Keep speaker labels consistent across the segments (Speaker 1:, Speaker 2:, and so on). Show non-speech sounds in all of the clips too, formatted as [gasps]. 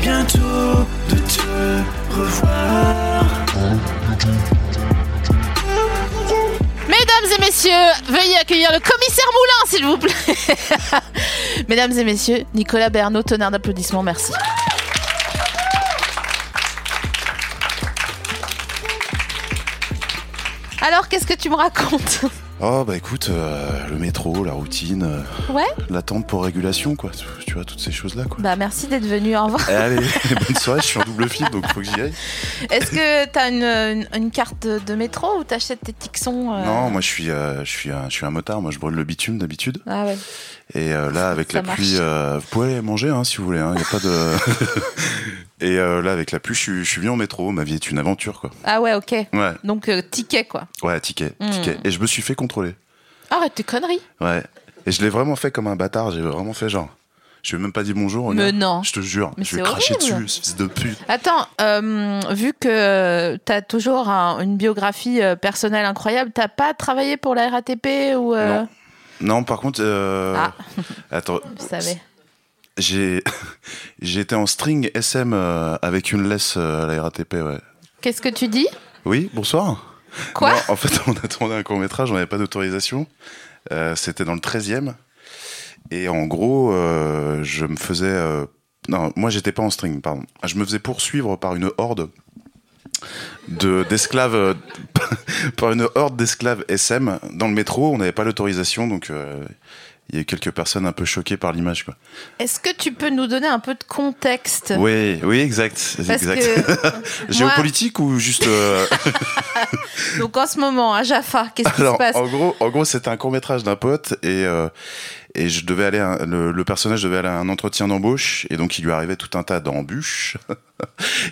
Speaker 1: bientôt de te revoir.
Speaker 2: Mesdames et messieurs, veuillez accueillir le commissaire Moulin, s'il vous plaît. [laughs] Mesdames et messieurs, Nicolas Bernot, tonnerre d'applaudissements, merci. Alors, qu'est-ce que tu me racontes
Speaker 3: Oh bah écoute, euh, le métro, la routine, euh,
Speaker 2: Ouais
Speaker 3: l'attente pour régulation quoi, tu- tu vois toutes ces choses là quoi.
Speaker 2: Bah, merci d'être venu, au revoir.
Speaker 3: Eh, Allez, [laughs] bonne soirée, je suis en double fil donc faut que j'y aille.
Speaker 2: Est-ce que t'as une, une, une carte de métro ou t'achètes tes tixons euh
Speaker 3: Non, moi je suis, euh, je, suis un, je suis un motard, moi je brûle le bitume d'habitude.
Speaker 2: Ah ouais.
Speaker 3: Et euh, là avec
Speaker 2: Ça
Speaker 3: la
Speaker 2: marche.
Speaker 3: pluie, euh, vous pouvez aller manger hein, si vous voulez, hein, y a pas [laughs] de... Et euh, là avec la pluie, je suis, je suis venu en métro, ma vie est une aventure quoi.
Speaker 2: Ah ouais, ok.
Speaker 3: Ouais,
Speaker 2: Donc, euh, ticket, quoi.
Speaker 3: ouais, ticket,
Speaker 2: Hmm.
Speaker 3: ticket. Et je me suis fait contrôler.
Speaker 2: Arrête tes conneries.
Speaker 3: Ouais. Et je l'ai vraiment fait comme un bâtard, j'ai vraiment fait genre... Je lui ai même pas dit bonjour.
Speaker 2: Mais
Speaker 3: regarde.
Speaker 2: non.
Speaker 3: Je te jure,
Speaker 2: Mais
Speaker 3: je vais
Speaker 2: c'est
Speaker 3: cracher
Speaker 2: horrible.
Speaker 3: dessus, fils de pute.
Speaker 2: Attends, euh, vu que t'as toujours un- une biographie euh, personnelle incroyable, t'as pas travaillé pour la RATP ou euh,
Speaker 3: Non. Non, par contre, euh,
Speaker 2: Ah.
Speaker 3: attends,
Speaker 2: Vous savez.
Speaker 3: j'ai [laughs] j'étais en string SM euh, avec une laisse euh, à la RATP, ouais.
Speaker 2: Qu'est-ce que tu dis
Speaker 3: Oui, bonsoir.
Speaker 2: Quoi
Speaker 3: Non, En fait, [laughs] on a tourné un court métrage, on n'avait pas d'autorisation. Euh, C'était dans le 13e. Et en gros, euh, je me faisais. euh, non, moi, j'étais pas en string, pardon. Je me faisais poursuivre par une horde de- d'esclaves euh, [laughs] par une horde d'esclaves SM dans le métro on n'avait pas l'autorisation donc euh, il y a eu quelques personnes un peu choquées par l'image quoi
Speaker 2: Est-ce que tu peux nous donner un peu de contexte
Speaker 3: oui oui exact,
Speaker 2: Parce
Speaker 3: exact.
Speaker 2: que-
Speaker 3: [laughs] géopolitique ou juste euh,
Speaker 2: Donc en ce moment, à Jaffa, qu'est-ce qui se
Speaker 3: Alors,
Speaker 2: passe
Speaker 3: en gros, en gros, c'était un court métrage d'un pote et euh, et je devais aller, à un- le, le personnage devait aller à un entretien d'embauche et donc il lui arrivait tout un tas d'embûches [laughs]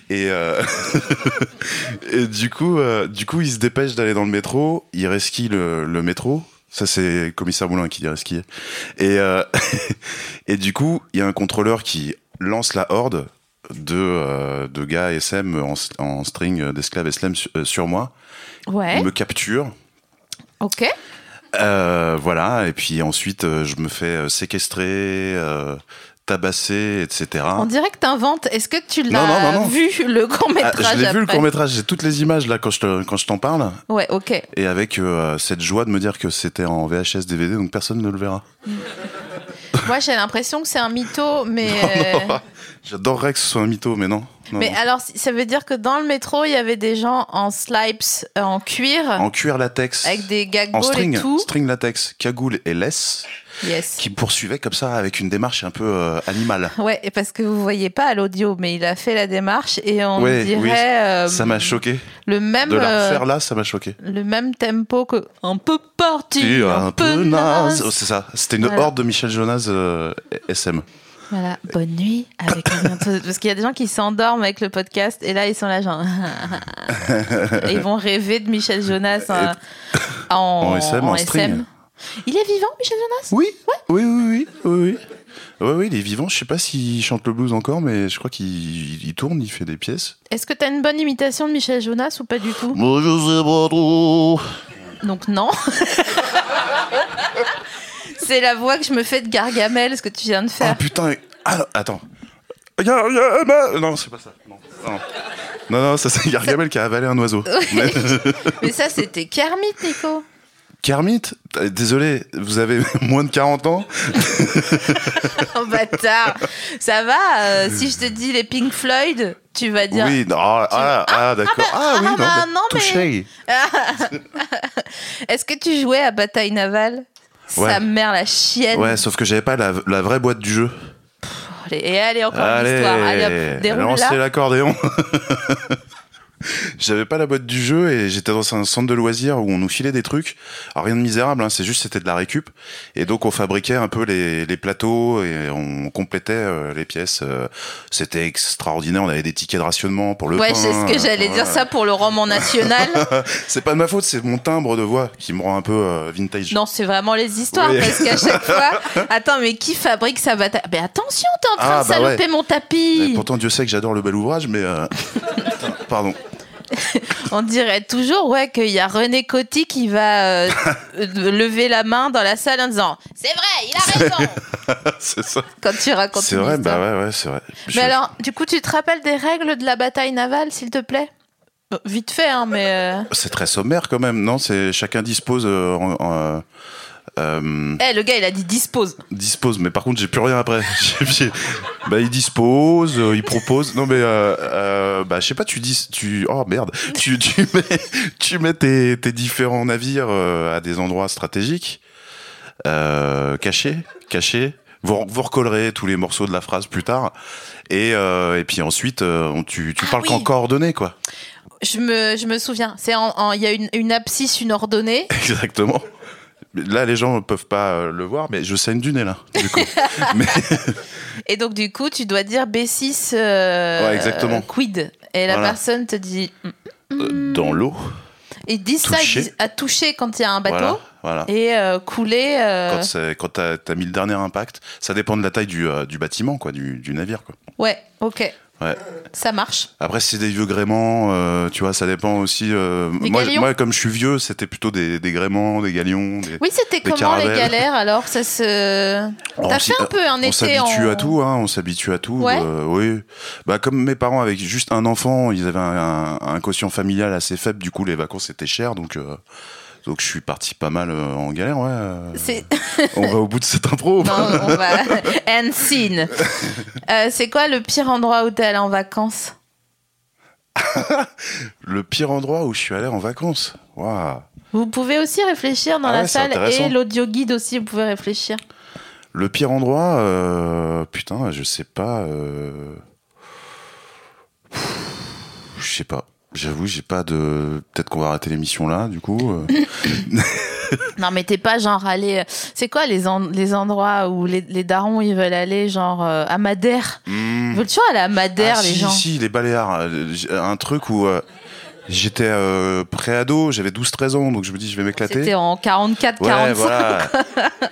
Speaker 3: et euh, [laughs] et du coup, euh, du coup, il se dépêche d'aller dans le métro, il resquille le, le métro. Ça, c'est le commissaire Moulin qui dit resquiller. Et, euh, [laughs] et du coup, il y a un contrôleur qui lance la horde de, euh, de gars SM en, en string euh, d'esclaves SM sur, euh, sur moi.
Speaker 2: Ouais,
Speaker 3: Il me capture.
Speaker 2: ok.
Speaker 3: Euh, voilà, et puis ensuite, euh, je me fais euh, séquestrer, euh, tabasser, etc.
Speaker 2: On dirait que t'inventes. Est-ce que tu l'as
Speaker 3: Ah. non, non, non.
Speaker 2: vu le court
Speaker 3: Ah,
Speaker 2: métrage
Speaker 3: je l'ai vu le
Speaker 2: après
Speaker 3: court métrage, j'ai toutes les images là quand je te- quand je t'en parle,
Speaker 2: Ouais, ok.
Speaker 3: et avec euh, cette joie de me dire que c'était en VHS DVD, donc personne ne le verra.
Speaker 2: Moi, j'ai l'impression que c'est un mytho,
Speaker 3: [laughs]
Speaker 2: mais euh,
Speaker 3: Oh, J'adorerais que ce soit un mytho, mais non. non,
Speaker 2: mais
Speaker 3: non.
Speaker 2: alors si- ça veut dire que dans le métro, il y avait des gens en slipes, euh, en cuir.
Speaker 3: En cuir latex,
Speaker 2: avec des gag
Speaker 3: en
Speaker 2: balls
Speaker 3: string,
Speaker 2: et tout.
Speaker 3: string latex, cagoule et laisse,
Speaker 2: Yes.
Speaker 3: qui me poursuivaient comme ça avec une démarche un peu euh, animale.
Speaker 2: Ouais, et parce que vous voyez pas à l'audio, mais il a fait la démarche et on
Speaker 3: Ouais,
Speaker 2: dirait
Speaker 3: oui,
Speaker 2: euh,
Speaker 3: ça m'a choqué.
Speaker 2: le même
Speaker 3: De la
Speaker 2: euh,
Speaker 3: refaire là, ça m'a choqué.
Speaker 2: le même tempo que un peu parti,
Speaker 3: Tu as
Speaker 2: un peu naze.
Speaker 3: Oh, C'est ça. C'était une
Speaker 2: Voilà.
Speaker 3: horde de Michel Jonas euh, SM.
Speaker 2: Voilà, bonne nuit avec un bientôt- parce qu'il y a des gens qui s'endorment avec le podcast et là ils sont là
Speaker 3: [laughs]
Speaker 2: genre et ils vont rêver de Michel Jonas hein, en,
Speaker 3: en SM, en string.
Speaker 2: SM. Il est vivant Michel Jonas
Speaker 3: Oui. Oui, oui, oui, oui, oui. Ouais, oui, il est vivant. Je sais pas s'il chante le blues encore, mais je crois qu'il il tourne, il fait des pièces.
Speaker 2: Est-ce que t'as une bonne imitation de Michel Jonas ou pas du tout
Speaker 3: Moi, je sais pas trop.
Speaker 2: Donc non. [laughs] C'est la voix que je me fais de Gargamel, ce que tu viens de
Speaker 3: Ah
Speaker 2: faire.
Speaker 3: putain. Ah, attends. Gar- Gar- Gar- Non, c'est pas ça. Non, non, non, non, ça c'est Gargamel qui a avalé un oiseau.
Speaker 2: Ah, [laughs]
Speaker 3: Mais-
Speaker 2: Mais ça, c'était Kermit, Nico.
Speaker 3: Kermit, euh, désolé, vous avez [laughs] moins de 40 ans.
Speaker 2: Oh bâtard. Ça va, euh, si je te dis les Pink Floyd, tu vas dire...
Speaker 3: Oui, non, ah, ah, ah, d'accord. Ah, oui,
Speaker 2: ah,
Speaker 3: non,
Speaker 2: bah,
Speaker 3: mais
Speaker 2: non, mais-
Speaker 3: touché.
Speaker 2: Est-ce que tu jouais à Bataille Navale
Speaker 3: Ouais.
Speaker 2: Sa mère, la chienne. Oh,
Speaker 3: Ouais, sauf que j'avais pas la, la vraie boîte du jeu.
Speaker 2: allez, et allez, encore une
Speaker 3: Allez,
Speaker 2: histoire. Ah, Allez, hop, déroule
Speaker 3: lancez
Speaker 2: là.
Speaker 3: l'accordéon. [laughs] J'avais pas la boîte du jeu et j'étais dans un centre de loisirs où on nous filait des trucs. Alors rien de misérable, hein, c'est juste c'était de la récup. Et donc on fabriquait un peu les, les plateaux et on complétait euh, les pièces. euh, c'était extraordinaire, on avait des tickets de rationnement pour le
Speaker 2: Ouais,
Speaker 3: pain.
Speaker 2: c'est ce que j'allais
Speaker 3: euh,
Speaker 2: dire ça pour le roman national.
Speaker 3: c'est pas de ma faute, c'est mon timbre de voix qui me rend un peu euh, vintage.
Speaker 2: non, c'est vraiment les histoires
Speaker 3: Oui.
Speaker 2: parce qu'à
Speaker 3: [laughs]
Speaker 2: chaque fois, attends, mais qui fabrique sa bataille Mais attention, t'es en train
Speaker 3: Ah,
Speaker 2: de
Speaker 3: bah
Speaker 2: saloper mon
Speaker 3: Et
Speaker 2: tapis.
Speaker 3: pourtant Dieu sait que j'adore le bel ouvrage, mais... euh, [laughs] Pardon. [laughs]
Speaker 2: On dirait toujours ouais qu'il y a René Coty qui va euh,
Speaker 3: [laughs]
Speaker 2: euh, lever la main dans la salle en disant c'est vrai, il a raison.
Speaker 3: c'est ça.
Speaker 2: Quand tu racontes
Speaker 3: C'est
Speaker 2: une
Speaker 3: vrai,
Speaker 2: histoire.
Speaker 3: bah ouais, ouais, c'est vrai. Je-
Speaker 2: Mais alors, du coup, tu te rappelles des règles de la bataille navale, s'il te plaît Bon, Vite fait, hein, mais. euh,
Speaker 3: C'est très sommaire quand même, non C'est chacun dispose, euh, en- en- euh,
Speaker 2: Eh, le gars, il a dit dispose.
Speaker 3: dispose. Mais par contre, j'ai plus rien après. [laughs] J'ai- j'ai- bah, il dispose, euh, il propose. Non mais, euh, euh, bah, je sais pas. Tu dis, tu, oh merde, tu, tu [laughs] mets, tu mets tes, tes différents navires euh, à des endroits stratégiques, euh, cachés, cachés. Vous, vous recollerez tous les morceaux de la phrase plus tard. Et, euh, et puis ensuite, euh, on- tu, tu
Speaker 2: Ah
Speaker 3: parles
Speaker 2: oui.
Speaker 3: qu'en coordonnées, quoi.
Speaker 2: Je me, je me souviens. C'est en- en- il y a une, une abscisse, une ordonnée.
Speaker 3: [laughs] Exactement. Là, les gens ne peuvent pas euh, le voir, mais je saigne du nez, là. du
Speaker 2: [laughs]
Speaker 3: coup. mais,
Speaker 2: Et donc, du coup, tu dois dire B6 euh,
Speaker 3: Ouais, exactement.
Speaker 2: euh, quid. Et la
Speaker 3: Voilà.
Speaker 2: personne te dit. mm.
Speaker 3: euh, dans l'eau,
Speaker 2: Ils disent ça ils
Speaker 3: Toucher.
Speaker 2: disent à toucher quand il y a un bateau
Speaker 3: voilà. voilà.
Speaker 2: et euh, couler. euh,
Speaker 3: Quand, c'est- quand t'as as mis le dernier impact, ça dépend de la taille du, euh, du bâtiment, quoi, du, du navire. Quoi.
Speaker 2: Ouais, ok.
Speaker 3: Ouais.
Speaker 2: Ça marche.
Speaker 3: Après, si c'est des vieux gréements, euh, tu vois, ça dépend aussi. euh,
Speaker 2: Des
Speaker 3: moi,
Speaker 2: galions
Speaker 3: moi, comme je suis vieux, c'était plutôt des, des gréements, des galions. Des...
Speaker 2: Oui, c'était
Speaker 3: Des
Speaker 2: comment les
Speaker 3: caravelles.
Speaker 2: galères alors Ça se.
Speaker 3: On
Speaker 2: T'as
Speaker 3: s'y-
Speaker 2: fait un peu un
Speaker 3: on
Speaker 2: été
Speaker 3: s'habitue
Speaker 2: en-
Speaker 3: à tout, hein, on s'habitue à tout.
Speaker 2: Ouais.
Speaker 3: euh, oui. Bah, comme mes parents, avec juste un enfant, ils avaient un, un- un quotient familial assez faible. Du coup, les vacances étaient chères. Donc, euh, donc je suis parti pas mal euh, en galère. Ouais. euh.
Speaker 2: [laughs] C'est-
Speaker 3: on va au bout de cette impro.
Speaker 2: Non, on va. [laughs] And
Speaker 3: [laughs]
Speaker 2: scene. Euh, c'est quoi le pire endroit où t'es allé en vacances
Speaker 3: Le pire endroit où je suis allé en vacances. Waouh.
Speaker 2: Vous pouvez aussi réfléchir dans
Speaker 3: Ah
Speaker 2: la
Speaker 3: ouais, c'est
Speaker 2: salle
Speaker 3: intéressant.
Speaker 2: et l'audio guide aussi, vous pouvez réfléchir.
Speaker 3: Le pire endroit, euh, putain, je sais pas. euh, pff, Je sais pas. J'avoue, j'ai pas de. Peut-être qu'on va arrêter l'émission là, du
Speaker 2: [laughs]
Speaker 3: coup. euh.
Speaker 2: Non, mais t'es pas genre allé. euh, C'est quoi les, en- les endroits où les, les darons ils veulent aller, genre euh, à Madère
Speaker 3: Hmm.
Speaker 2: Ils veulent toujours aller à Madère,
Speaker 3: Ah,
Speaker 2: les
Speaker 3: si,
Speaker 2: gens.
Speaker 3: Si, les Baléares. euh, j'ai- Un truc où euh, j'étais euh, pré-ado, j'avais 12-13 ans, donc je me dis, je vais
Speaker 2: C'était
Speaker 3: m'éclater.
Speaker 2: en 44,
Speaker 3: Ouais,
Speaker 2: 45.
Speaker 3: voilà.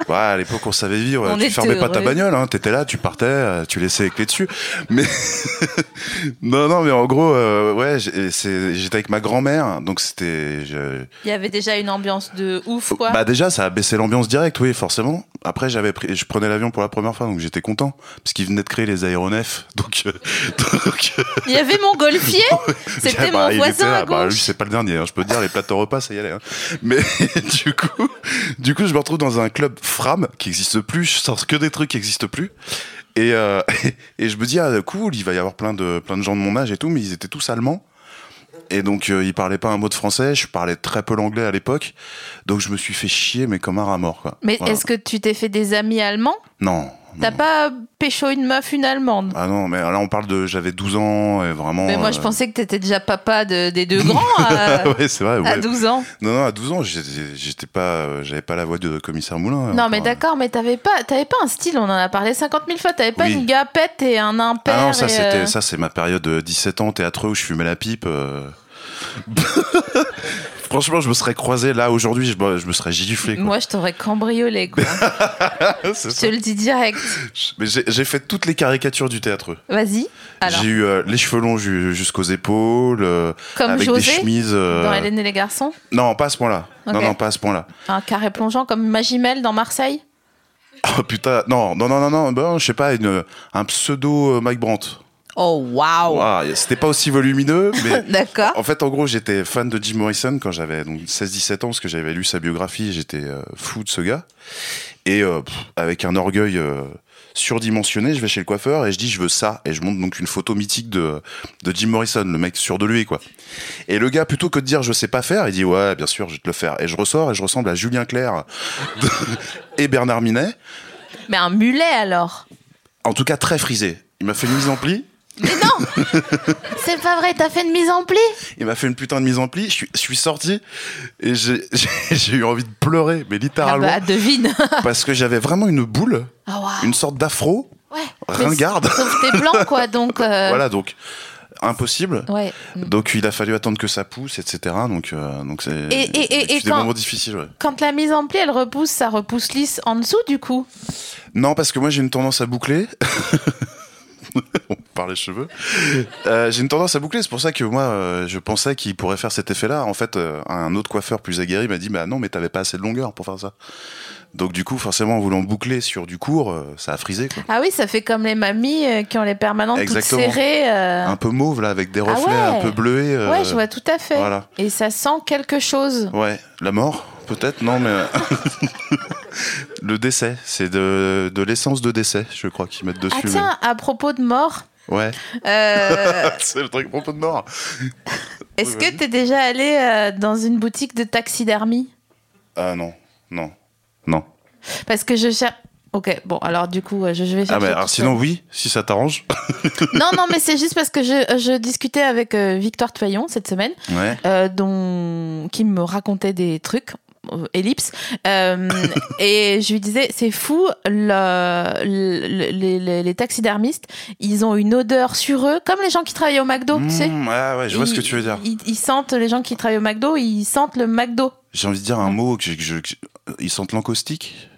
Speaker 3: ouais, à l'époque, on savait vivre.
Speaker 2: On
Speaker 3: tu
Speaker 2: était
Speaker 3: fermais pas ta
Speaker 2: heureux.
Speaker 3: bagnole, hein. T'étais là, tu partais, euh, tu laissais les clés dessus. Mais [laughs] non, non, mais en gros, euh, ouais, j'ai- c'est- j'étais avec ma grand-mère, donc c'était. je-
Speaker 2: Il y avait déjà une ambiance de ouf, quoi.
Speaker 3: Bah déjà, ça a baissé l'ambiance directe, oui, forcément. Après, j'avais pris, je prenais l'avion pour la première fois, donc j'étais content parce qu'ils venaient de créer les aéronefs, donc. euh, [laughs] donc euh,
Speaker 2: Il y avait mon
Speaker 3: [laughs]
Speaker 2: golfier C'était
Speaker 3: Ah, bah,
Speaker 2: mon
Speaker 3: il était
Speaker 2: voisin
Speaker 3: là.
Speaker 2: à
Speaker 3: Bah, lui,
Speaker 2: gauche.
Speaker 3: c'est pas le dernier. hein. Je peux te dire, les plateaux repas, ça y allait. hein. Mais [laughs] du coup, du coup, je me retrouve dans un club Fram qui existe plus. Je sors que des trucs qui existent plus. Et, euh, [laughs] et je me dis, ah, cool, il va y avoir plein de, plein de gens de mon âge et tout, mais ils étaient tous allemands. Et donc, euh, ils parlaient pas un mot de français. Je parlais très peu l'anglais à l'époque. Donc, je me suis fait chier, mais comme un rat mort, quoi.
Speaker 2: Mais
Speaker 3: Voilà.
Speaker 2: est-ce que tu t'es fait des amis allemands
Speaker 3: Non.
Speaker 2: T'as
Speaker 3: non.
Speaker 2: pas pécho une meuf, une allemande
Speaker 3: Ah non, mais là, on parle de. J'avais 12 ans et vraiment.
Speaker 2: Mais moi,
Speaker 3: euh,
Speaker 2: je
Speaker 3: [laughs]
Speaker 2: pensais que t'étais déjà papa de- des deux grands à,
Speaker 3: ouais, c'est vrai.
Speaker 2: à
Speaker 3: ouais.
Speaker 2: 12 ans.
Speaker 3: Non, non, à 12 ans, j'étais j'étais pas, euh, j'avais pas la voix de commissaire Moulin.
Speaker 2: non,
Speaker 3: encore,
Speaker 2: mais
Speaker 3: euh.
Speaker 2: d'accord, mais t'avais pas, t'avais pas un style, on en a parlé 50 000 fois. T'avais pas
Speaker 3: Oui.
Speaker 2: une gapette et un impair.
Speaker 3: Ah non, ça
Speaker 2: et,
Speaker 3: c'était,
Speaker 2: euh,
Speaker 3: ça c'est ma période de 17 ans théâtreux où je fumais la pipe.
Speaker 2: [laughs]
Speaker 3: euh. Franchement, je me serais croisé là aujourd'hui, je, me- je me serais giflé. quoi.
Speaker 2: Moi, je t'aurais cambriolé,
Speaker 3: [laughs]
Speaker 2: quoi.
Speaker 3: C'est
Speaker 2: je
Speaker 3: ça.
Speaker 2: te le dis direct.
Speaker 3: Mais j'ai j'ai fait toutes les caricatures du théâtreux.
Speaker 2: Vas-y. Alors,
Speaker 3: J'ai eu euh, les cheveux longs ju- jusqu'aux épaules, euh,
Speaker 2: comme
Speaker 3: avec des
Speaker 2: José
Speaker 3: chemises. euh,
Speaker 2: dans Hélène et les garçons,
Speaker 3: Non, pas à ce point-là. Non,
Speaker 2: Ok.
Speaker 3: non, pas à ce point-là.
Speaker 2: un carré plongeant comme Magimel dans Marseille.
Speaker 3: Oh putain, non, non, non, non, non, ben, je sais pas, une, un pseudo euh, Mike Brandt.
Speaker 2: Oh, waouh!
Speaker 3: Ouah, c'était pas aussi volumineux,
Speaker 2: [laughs]
Speaker 3: mais
Speaker 2: D'accord.
Speaker 3: En fait, en gros, j'étais fan de Jim Morrison quand j'avais donc 16-17 ans, parce que j'avais lu sa biographie, j'étais euh, fou de ce gars. Et euh, pff, avec un orgueil euh, surdimensionné, je vais chez le coiffeur et je dis je veux ça. Et je montre donc une photo mythique de, de Jim Morrison, le mec sûr de lui, quoi. Et le gars, plutôt que de dire je sais pas faire, il dit ouais, bien sûr, je vais te le faire. Et je ressors et je ressemble à [laughs] Julien Clerc de- et Bernard Minet.
Speaker 2: Mais un mulet alors
Speaker 3: En tout cas, très frisé. Il m'a fait une mise en pli.
Speaker 2: Mais non C'est pas vrai, t'as fait une mise en pli
Speaker 3: Il m'a fait une putain de mise en pli. Je suis, je suis sorti et j'ai [laughs] j'ai- j'ai eu envie de pleurer, mais
Speaker 2: Ah
Speaker 3: littéralement.
Speaker 2: bah,
Speaker 3: [laughs]
Speaker 2: devine
Speaker 3: Parce que j'avais vraiment une boule,
Speaker 2: Ah, waouh.
Speaker 3: une sorte d'afro.
Speaker 2: Ouais.
Speaker 3: Ringarde.
Speaker 2: Mais Sauf t'es blanc, quoi,
Speaker 3: [laughs]
Speaker 2: donc. euh,
Speaker 3: Voilà, donc impossible.
Speaker 2: Ouais.
Speaker 3: Donc il a fallu attendre que ça pousse, etc. Donc euh, donc c'est
Speaker 2: Et- et- et-
Speaker 3: c'est
Speaker 2: et
Speaker 3: des
Speaker 2: quand-
Speaker 3: moments difficiles. ouais.
Speaker 2: Quand la mise en pli, elle repousse, ça repousse lisse en dessous, du coup.
Speaker 3: Non, parce que moi j'ai une tendance à boucler. On parle les cheveux. Euh, j'ai une tendance à boucler, c'est pour ça que moi euh, je pensais qu'il pourrait faire cet effet-là. En fait, euh, un autre coiffeur plus aguerri m'a dit Bah non, mais t'avais pas assez de longueur pour faire ça. Donc du coup, forcément, en voulant boucler sur du court, euh, ça a frisé quoi.
Speaker 2: Ah oui, ça fait comme les mamies euh, qui ont les permanentes
Speaker 3: Exactement.
Speaker 2: toutes serrées. euh,
Speaker 3: Un peu mauve là, avec des reflets
Speaker 2: Ah ouais.
Speaker 3: un peu bleués. euh,
Speaker 2: Ouais, je vois tout à fait.
Speaker 3: voilà.
Speaker 2: Et ça sent quelque chose.
Speaker 3: Ouais, la mort, peut-être, non, mais. euh, [laughs] le décès, c'est de, de l'essence de décès, je crois qu'ils mettent dessus.
Speaker 2: Ah
Speaker 3: mais-
Speaker 2: tiens, à propos de mort,
Speaker 3: Ouais, [laughs]
Speaker 2: euh,
Speaker 3: c'est le truc propos de mort.
Speaker 2: est-ce
Speaker 3: Oui,
Speaker 2: que
Speaker 3: vas-y.
Speaker 2: t'es déjà allé euh, dans une boutique de taxidermie
Speaker 3: Ah non, non, non.
Speaker 2: Parce que je cherche. Ok, bon, alors du coup, euh, je, je vais chercher.
Speaker 3: Ah, mais
Speaker 2: tout
Speaker 3: alors
Speaker 2: ça.
Speaker 3: sinon, oui, si ça t'arrange.
Speaker 2: [laughs] Non, non, mais c'est juste parce que je, je discutais avec euh, Victoire Toyon cette semaine,
Speaker 3: Ouais.
Speaker 2: euh, dont... qui me racontait des trucs, euh, ellipse, euh, et je lui disais, c'est fou, le- le- les, les- les taxidermistes, ils ont une odeur sur eux, comme les gens qui travaillent au McDo, tu sais.
Speaker 3: Mmh, ah ouais, je vois ce que
Speaker 2: Ils-
Speaker 3: tu veux dire.
Speaker 2: Ils, ils sentent, les gens qui travaillent au McDo, ils sentent le McDo.
Speaker 3: J'ai envie de dire un mot que, je- que je- que je- Ils sentent l'encaustique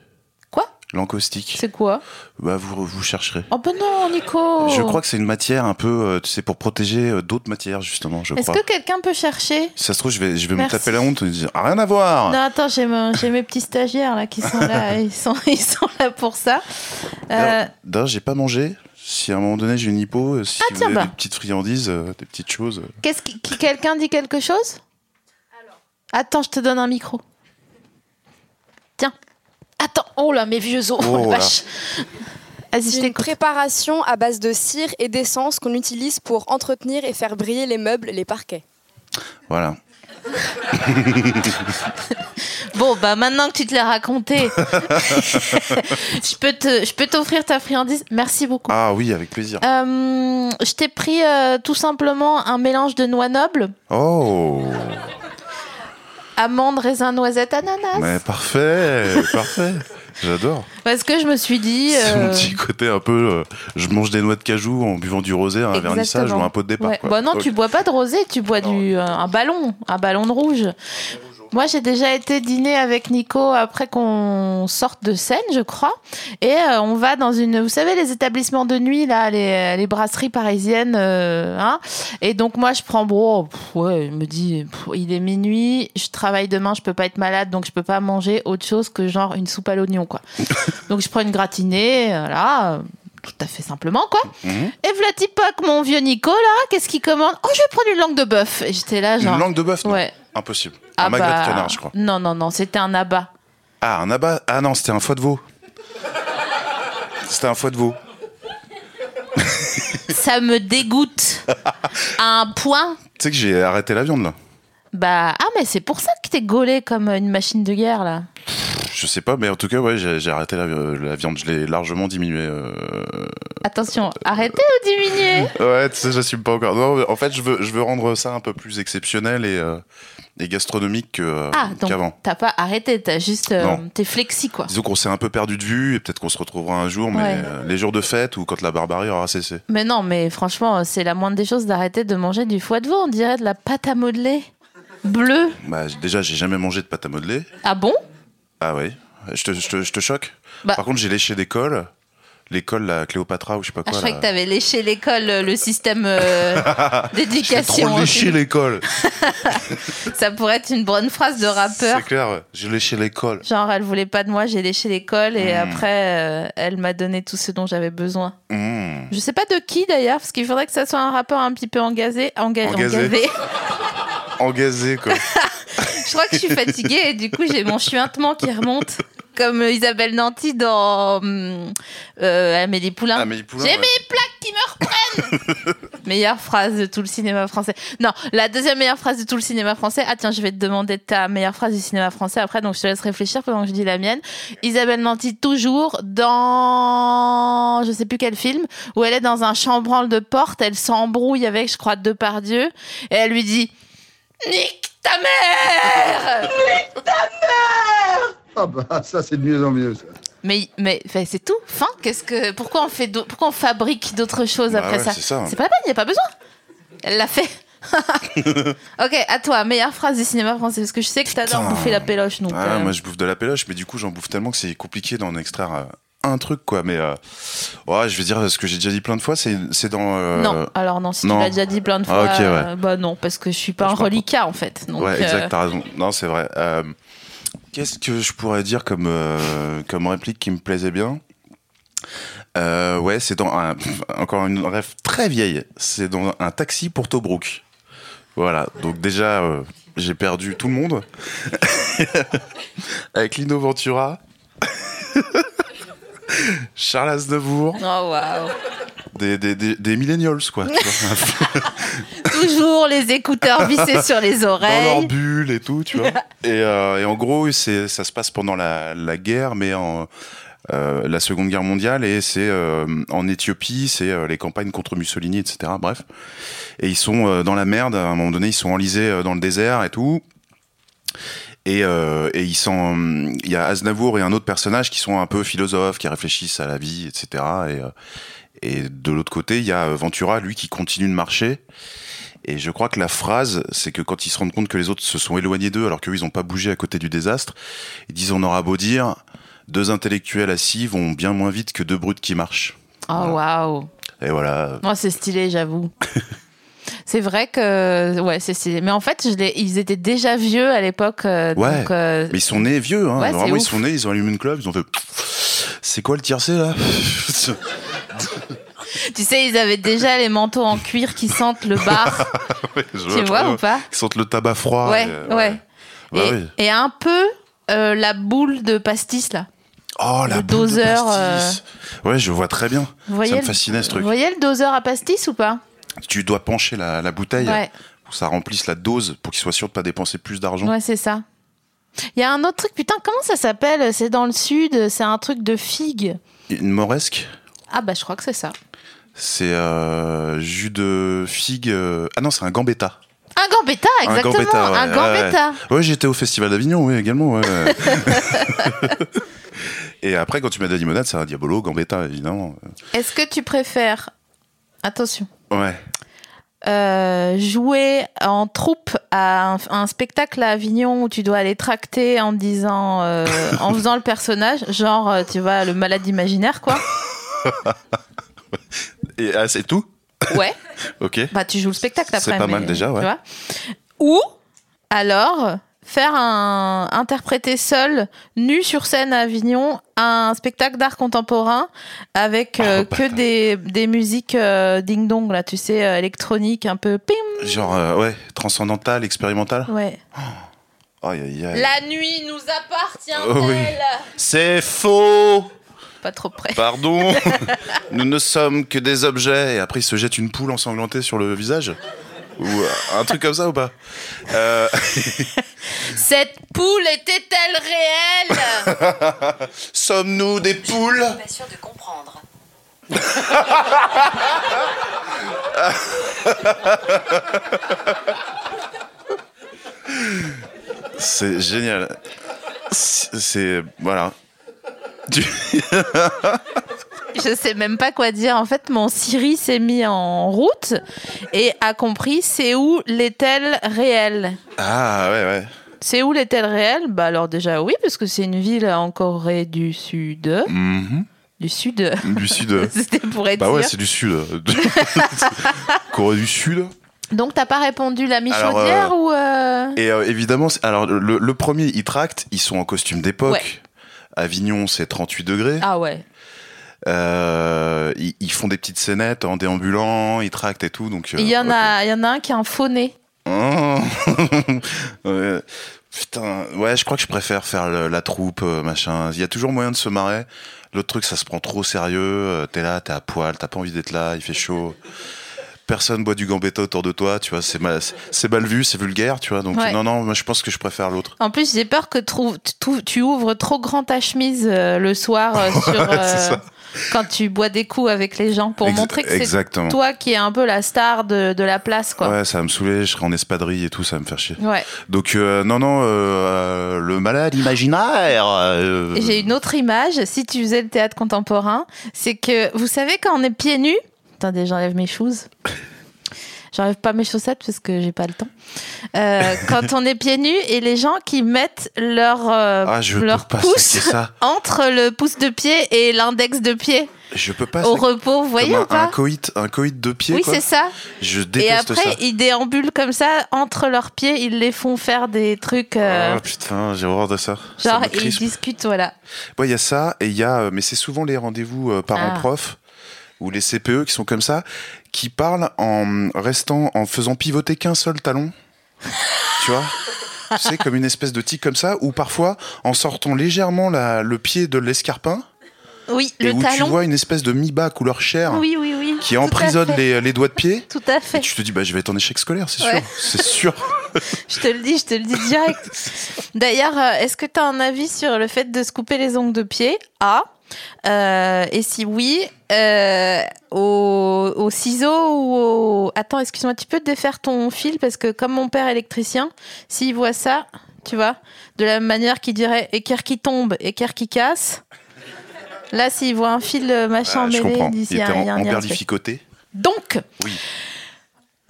Speaker 2: Quoi
Speaker 3: L'encaustique.
Speaker 2: C'est quoi
Speaker 3: Bah, vous, vous chercherez.
Speaker 2: Oh ben non, Nico
Speaker 3: Je crois que c'est une matière un peu, euh, tu sais, pour protéger euh, d'autres matières, justement, je
Speaker 2: Est-ce
Speaker 3: crois.
Speaker 2: que quelqu'un peut chercher
Speaker 3: Si ça se trouve, je vais, je vais me
Speaker 2: Merci.
Speaker 3: taper la honte et dire Ah, rien à voir
Speaker 2: Non, attends, j'ai mon- j'ai mes petits stagiaires là qui sont là,
Speaker 3: [laughs]
Speaker 2: ils sont, ils sont là pour ça. Euh,
Speaker 3: D'ailleurs, d'ailleurs, j'ai pas mangé. Si à un moment donné j'ai une hypo, euh, si
Speaker 2: Ah,
Speaker 3: vous
Speaker 2: tiens,
Speaker 3: avez
Speaker 2: bah.
Speaker 3: des petites friandises, euh, des petites choses. euh.
Speaker 2: Qu'est-ce qui, qui- quelqu'un dit quelque chose Attends, je te donne un micro. Tiens. Attends. Oh là, mes vieux os.
Speaker 3: Oh
Speaker 2: Oh, la
Speaker 3: là.
Speaker 2: vache. Vas-y, je
Speaker 4: C'est une
Speaker 2: t'écoute.
Speaker 4: préparation à base de cire et d'essence qu'on utilise pour entretenir et faire briller les meubles, les parquets.
Speaker 2: [laughs]
Speaker 3: Voilà.
Speaker 2: Bon, bah maintenant que tu te l'as
Speaker 3: [laughs]
Speaker 2: raconté, [laughs] je peux te, je peux t'offrir ta friandise. Merci beaucoup.
Speaker 3: Ah oui, avec plaisir.
Speaker 2: Euh, je t'ai pris euh, tout simplement un mélange de noix nobles,
Speaker 3: Oh
Speaker 2: amandes, raisins, noisettes, ananas. [laughs]
Speaker 3: Mais parfait Parfait J'adore.
Speaker 2: Parce que je me suis dit.
Speaker 3: C'est
Speaker 2: euh,
Speaker 3: mon petit côté un peu. euh, je mange des noix de cajou en buvant du rosé, un
Speaker 2: Exactement.
Speaker 3: vernissage ou un pot de départ.
Speaker 2: ouais.
Speaker 3: quoi.
Speaker 2: Bah non,
Speaker 3: Ok.
Speaker 2: tu bois pas de rosé, tu bois du euh, un ballon, un ballon de rouge. Moi, j'ai déjà été dîner avec Nico après qu'on sorte de scène, je crois. Et euh, on va dans une, vous savez, les établissements de nuit là, les, les brasseries parisiennes, euh, hein. Et donc moi, je prends bon, pff, ouais, il me dit, pff, il est minuit, je travaille demain, je peux pas être malade, donc je peux pas manger autre chose que genre une soupe à l'oignon,
Speaker 3: [laughs]
Speaker 2: quoi. donc je prends une gratinée, euh, là, euh, tout à fait simplement, quoi.
Speaker 3: Mhm.
Speaker 2: Et Vlatipak, mon vieux Nico, là, qu'est-ce qu'il commande Oh, je vais prendre une langue de bœuf. Et j'étais là, genre.
Speaker 3: Une langue de bœuf non.
Speaker 2: hein. Ouais.
Speaker 3: Impossible.
Speaker 2: Ah
Speaker 3: un magret
Speaker 2: bah,
Speaker 3: de canard, je crois.
Speaker 2: Non, non, non, c'était un abat.
Speaker 3: Ah, un abat. Ah non, c'était un foie de veau. C'était un foie de veau.
Speaker 2: Ça me
Speaker 3: [laughs]
Speaker 2: dégoûte. à un point.
Speaker 3: Tu sais que j'ai arrêté la viande là.
Speaker 2: Bah, ah, mais c'est pour ça que t'es gaulé comme une machine de guerre, là.
Speaker 3: Je sais pas, mais en tout cas, ouais, j'ai j'ai arrêté la, euh, la viande. Je l'ai largement diminuée. euh.
Speaker 2: Attention, arrêtez ou diminuez
Speaker 3: Ouais, tu sais, j'assume pas encore. Non, mais en fait, je veux, je veux rendre ça un peu plus exceptionnel et, euh, et gastronomique que, euh,
Speaker 2: Ah, donc
Speaker 3: qu'avant.
Speaker 2: t'as pas arrêté, t'as juste. euh,
Speaker 3: Non.
Speaker 2: t'es flexi, quoi.
Speaker 3: Disons qu'on s'est un peu perdu de vue et peut-être qu'on se retrouvera un jour, mais
Speaker 2: Ouais.
Speaker 3: euh, les jours de fête ou quand la barbarie aura cessé.
Speaker 2: Mais non, mais franchement, euh, c'est la moindre des choses d'arrêter de manger du foie de veau. On dirait de la pâte à modeler bleue.
Speaker 3: Bah, j- déjà, j'ai jamais mangé de pâte à modeler.
Speaker 2: Ah bon
Speaker 3: Ah oui. Je te, je te- je te choque.
Speaker 2: Bah.
Speaker 3: Par contre, j'ai léché des cols. Les cols, la Cléopatra ou je sais pas
Speaker 2: Ah,
Speaker 3: quoi.
Speaker 2: je croyais
Speaker 3: là.
Speaker 2: que t'avais léché l'école, euh, le système euh,
Speaker 3: [laughs] J'ai
Speaker 2: d'éducation.
Speaker 3: trop léché l'école.
Speaker 2: Ça pourrait être une bonne phrase de rappeur.
Speaker 3: C'est clair, ouais. j'ai léché l'école.
Speaker 2: Genre, elle voulait pas de moi, j'ai léché l'école et
Speaker 3: Hmm.
Speaker 2: après, euh, elle m'a donné tout ce dont j'avais besoin.
Speaker 3: Mmh.
Speaker 2: Je sais pas de qui d'ailleurs, parce qu'il faudrait que ça soit un rappeur un petit peu engagé. enga-
Speaker 3: Engazé. Engazé,
Speaker 2: Hein
Speaker 3: quoi.
Speaker 2: je crois que je suis fatiguée et du coup, j'ai mon chuintement qui remonte. Comme Isabelle Nanty dans hum, euh, Amélie Poulain.
Speaker 3: Amélie Poulain,
Speaker 2: J'ai
Speaker 3: ouais.
Speaker 2: mes plaques qui me reprennent meilleure phrase de tout le cinéma français. Non, la deuxième meilleure phrase de tout le cinéma français. Ah tiens, je vais te demander ta meilleure phrase du cinéma français après, donc je te laisse réfléchir pendant que je dis la mienne. Isabelle Nanty, toujours dans... Je sais plus quel film, où elle est dans un chambranle de porte, elle s'embrouille avec, je crois, Depardieu, et elle lui dit... Nique ta mère
Speaker 5: Ah bah ça c'est de mieux en mieux ça.
Speaker 2: Mais, mais enfin, c'est tout. Fin. Qu'est-ce que pourquoi on fait d'au- pourquoi on fabrique d'autres choses
Speaker 3: Bah
Speaker 2: après
Speaker 3: ouais,
Speaker 2: ça
Speaker 3: c'est ça.
Speaker 2: C'est pas la peine, il y a pas besoin. Elle l'a fait. [laughs] ok, à toi, meilleure phrase du cinéma français parce que je sais que t'adores
Speaker 3: Putain.
Speaker 2: bouffer la péloche donc.
Speaker 3: Ah,
Speaker 2: euh,
Speaker 3: moi je bouffe de la péloche, mais du coup j'en bouffe tellement que c'est compliqué d'en extraire euh, un truc quoi. Mais euh, ouais, je vais dire ce que j'ai déjà dit plein de fois, c'est c'est dans. euh,
Speaker 2: Non, alors non, si
Speaker 3: non.
Speaker 2: tu l'as déjà dit plein de
Speaker 3: Ah,
Speaker 2: fois,
Speaker 3: ok, ouais.
Speaker 2: euh, bah non, parce que je suis pas
Speaker 3: Je
Speaker 2: un
Speaker 3: comprends.
Speaker 2: reliquat en fait. Donc,
Speaker 3: ouais,
Speaker 2: euh,
Speaker 3: exact, t'as raison. Non, c'est vrai. Euh, Qu'est-ce que je pourrais dire comme, euh, comme réplique qui me plaisait bien Euh, Ouais, c'est dans un- encore une rêve très vieille. C'est dans un taxi pour Tobruk. Voilà, donc déjà, euh, j'ai perdu tout le monde. [laughs] Avec Lino Ventura, [laughs] Charles Aznavour,
Speaker 2: [laughs] Oh waouh.
Speaker 3: des, des, des, des millennials,
Speaker 2: [laughs]
Speaker 3: quoi. tu vois.
Speaker 2: Toujours les écouteurs vissés sur les
Speaker 3: dans leur
Speaker 2: oreilles.
Speaker 3: bulle et tout, tu vois. et, euh, et en gros, c'est, ça se passe pendant la, la guerre, mais en euh, la Seconde Guerre mondiale, et c'est euh, en Éthiopie, c'est euh, les campagnes contre Mussolini, etc. Bref, et ils sont euh, dans la merde. À un moment donné, ils sont enlisés euh, dans le désert et tout. Et, euh, et ils sont, euh, il y a Aznavour et un autre personnage qui sont un peu philosophes, qui réfléchissent à la vie, etc. Et, euh, et de l'autre côté, il y a Ventura, lui, qui continue de marcher. Et je crois que la phrase, c'est que quand ils se rendent compte que les autres se sont éloignés d'eux, alors qu'eux, ils n'ont pas bougé à côté du désastre, ils disent on aura beau dire, deux intellectuels assis vont bien moins vite que deux brutes qui marchent.
Speaker 2: Oh waouh.
Speaker 3: Et voilà.
Speaker 2: Moi, c'est stylé,
Speaker 3: [laughs]
Speaker 2: j'avoue. c'est vrai que ouais, c'est stylé. Mais en fait, je l'ai- ils étaient déjà vieux à l'époque. euh,
Speaker 3: Ouais.
Speaker 2: donc, euh,
Speaker 3: Mais ils sont nés vieux, hein.
Speaker 2: Ouais, c'est
Speaker 3: Vraiment, ils
Speaker 2: ouf.
Speaker 3: sont nés, ils ont allumé une clope, ils ont fait. C'est quoi le
Speaker 2: [laughs]
Speaker 3: tiercé là
Speaker 2: tu sais, ils avaient déjà les manteaux en cuir qui sentent
Speaker 3: [laughs]
Speaker 2: le bar.
Speaker 3: Ouais, je
Speaker 2: tu
Speaker 3: très
Speaker 2: vois
Speaker 3: bien.
Speaker 2: ou pas
Speaker 3: Ils sentent le tabac froid.
Speaker 2: Ouais,
Speaker 3: et, euh,
Speaker 2: ouais.
Speaker 3: Bah
Speaker 2: et,
Speaker 3: oui.
Speaker 2: et un peu euh, la boule de pastis là.
Speaker 3: Oh la
Speaker 2: le
Speaker 3: boule de
Speaker 2: doseur, euh,
Speaker 3: pastis. Ouais, je vois très bien.
Speaker 2: Vous voyez
Speaker 3: Ça me
Speaker 2: le-
Speaker 3: fascinait ce truc.
Speaker 2: Vous voyez le doseur à pastis ou pas
Speaker 3: Tu dois pencher la, la bouteille
Speaker 2: Ouais,
Speaker 3: pour que ça remplisse la dose, pour qu'ils soient sûrs de pas dépenser plus d'argent.
Speaker 2: ouais, c'est ça. Il y a un autre truc, putain, comment ça s'appelle C'est dans le sud, c'est un truc de figue.
Speaker 3: Une moresque
Speaker 2: Ah bah je crois que c'est ça.
Speaker 3: C'est euh, jus de figue. euh, Ah non, c'est un gambetta.
Speaker 2: Un gambetta, exactement, un
Speaker 3: gambetta,
Speaker 2: gambetta.
Speaker 3: ouais, Ah, ouais, Ouais, j'étais au Festival d'Avignon, oui, également. ouais, ouais. Et après, quand tu mets de la limonade, c'est un Diabolo, gambetta, évidemment.
Speaker 2: Est-ce que tu préfères, attention,
Speaker 3: Ouais.
Speaker 2: euh, jouer en troupe à un, un spectacle à Avignon où tu dois aller tracter en disant, euh,
Speaker 3: [laughs]
Speaker 2: en faisant le personnage, genre euh, tu vois le malade imaginaire
Speaker 3: [laughs]
Speaker 2: quoi
Speaker 3: Et ah, c'est tout
Speaker 2: Ouais.
Speaker 3: Ok.
Speaker 2: Bah tu joues le spectacle après.
Speaker 3: C'est pas
Speaker 2: mais,
Speaker 3: mal déjà, ouais.
Speaker 2: tu vois. Ou alors faire un interpréter seul, nu sur scène à Avignon, un spectacle d'art contemporain avec euh,
Speaker 3: Oh, bâtard.
Speaker 2: que des, des musiques euh, ding dong là, tu sais euh, électroniques un peu pim.
Speaker 3: Genre, euh, ouais, transcendantal, expérimental.
Speaker 2: Ouais.
Speaker 3: Aïe, aïe, aïe.
Speaker 2: La nuit nous appartient-elle
Speaker 3: Oh oui. C'est faux
Speaker 2: Pas trop près.
Speaker 3: Pardon Nous ne sommes que des objets. Et après, il se jette une poule ensanglantée sur le visage Ou euh, un truc comme ça ou pas Euh,
Speaker 2: Cette poule était-elle réelle
Speaker 3: Sommes-nous des poules
Speaker 6: Pas sûr de comprendre.
Speaker 3: C'est génial. C'est- C'est. Voilà. Tu-
Speaker 2: Je sais même pas quoi dire. En fait, mon Siri s'est mis en route et a compris c'est où l'est-elle réelle
Speaker 3: Ah ouais, ouais.
Speaker 2: C'est où l'est-elle réelle Bah alors déjà oui, parce que c'est une ville en Corée du Sud.
Speaker 3: Mhm.
Speaker 2: Du Sud
Speaker 3: Du
Speaker 2: [laughs]
Speaker 3: sud.
Speaker 6: [laughs]
Speaker 2: C'était pour être
Speaker 3: Bah
Speaker 2: sûr.
Speaker 3: ouais, c'est du sud. Corée du Sud.
Speaker 2: Donc t'as pas répondu la
Speaker 3: Alors,
Speaker 2: Michaudière
Speaker 3: euh,
Speaker 2: ou... euh,
Speaker 3: Et euh, évidemment, c'est- alors le, le premier, ils tractent, ils sont en costume d'époque. Avignon, c'est 38 degrés.
Speaker 2: Ah ouais.
Speaker 3: Euh, ils, ils font des petites scénettes en déambulant, ils tractent et tout. Donc, euh,
Speaker 2: Il y, en
Speaker 3: ok.
Speaker 2: a, il y en a un qui a un faux nez.
Speaker 3: Oh. [laughs] Ouais. Putain, ouais, je crois que je préfère faire le- la troupe, euh, machin. Il y a toujours moyen de se marrer. L'autre truc, ça se prend trop au sérieux. euh, T'es là, t'es à poil, t'as pas envie d'être là, il fait chaud. personne boit du gambetta autour de toi, tu vois, c'est mal, c'est mal vu, c'est vulgaire, tu vois. Donc
Speaker 2: Ouais.
Speaker 3: non, non, moi je pense que je préfère l'autre.
Speaker 2: En plus, j'ai peur que trou- tu, tu ouvres trop grand ta chemise euh, le soir
Speaker 3: [laughs]
Speaker 2: euh, sur,
Speaker 3: Ouais, c'est
Speaker 2: euh,
Speaker 3: ça.
Speaker 2: quand tu bois des coups avec les gens pour
Speaker 3: Ex-
Speaker 2: montrer que c'est
Speaker 3: Exactement.
Speaker 2: toi qui es un peu la star de, de la place, quoi.
Speaker 3: Ouais, ça va me saouler, je serai en espadrille et tout, ça va me faire chier.
Speaker 2: Ouais.
Speaker 3: Donc euh, non, non, euh, euh, le malade imaginaire. euh,
Speaker 2: Et J'ai une autre image, si tu faisais le théâtre contemporain, c'est que, vous savez, quand on est pieds nus. Attendez, j'enlève mes
Speaker 3: [laughs]
Speaker 2: choses. J'enlève pas mes chaussettes parce que j'ai pas le temps. Euh, quand on est pieds nus et les gens qui mettent leur, euh,
Speaker 3: Ah, je
Speaker 2: leur
Speaker 3: peux pas
Speaker 2: pouce
Speaker 3: saquer ça.
Speaker 2: entre le pouce de pied et l'index de pied.
Speaker 3: Je peux pas.
Speaker 2: au
Speaker 3: saquer-
Speaker 2: repos, vous voyez
Speaker 3: comme
Speaker 2: ou
Speaker 3: un, un
Speaker 2: pas
Speaker 3: coït, un coït de pied.
Speaker 2: Oui,
Speaker 3: quoi.
Speaker 2: c'est ça.
Speaker 3: Je
Speaker 2: Et
Speaker 3: déteste
Speaker 2: après,
Speaker 3: ça.
Speaker 2: ils déambulent comme ça entre leurs pieds, ils les font faire des trucs. euh,
Speaker 3: Ah putain, j'ai horreur de ça. Ça
Speaker 2: genre,
Speaker 3: me
Speaker 2: ils
Speaker 3: crispe.
Speaker 2: discutent, voilà.
Speaker 3: Ouais, il y a ça et il y a, euh, mais c'est souvent les rendez-vous euh,
Speaker 2: Ah.
Speaker 3: parents-prof ou les CPE qui sont comme ça, qui parlent en restant, en faisant pivoter qu'un seul talon. tu vois Tu sais, comme une espèce de tic comme ça, ou parfois en sortant légèrement la- le pied de l'escarpin
Speaker 2: Oui,
Speaker 3: et
Speaker 2: le
Speaker 3: où tu
Speaker 2: talon.
Speaker 3: vois une espèce de mi-bas couleur chair
Speaker 2: Oui, oui, oui.
Speaker 3: qui
Speaker 2: Tout à
Speaker 3: emprisonne
Speaker 2: fait.
Speaker 3: les, les doigts de pied.
Speaker 2: Tout à
Speaker 3: Et
Speaker 2: fait.
Speaker 3: tu te dis, bah, je vais être en échec scolaire, c'est
Speaker 2: Ouais.
Speaker 3: sûr. C'est sûr.
Speaker 2: [laughs] Je te le dis, je te le dis
Speaker 3: [laughs]
Speaker 2: direct. D'ailleurs, euh, est-ce que tu as un avis sur le fait de se couper les ongles de pied A. Euh, et si oui, euh, au, au ciseau ou au... Attends, excuse-moi, tu peux défaire ton fil parce que comme mon père est électricien, s'il voit ça, tu vois, de la même manière qu'il dirait équerre qui tombe, équerre qui casse. Là, s'il voit un fil euh, machin
Speaker 3: Ah, je
Speaker 2: emmêlé,
Speaker 3: comprends.
Speaker 2: il dit,
Speaker 3: Il
Speaker 2: y a-
Speaker 3: était
Speaker 2: il y a
Speaker 3: en,
Speaker 2: un
Speaker 3: en
Speaker 2: lien.
Speaker 3: berlificoté.
Speaker 2: Donc,
Speaker 3: Oui.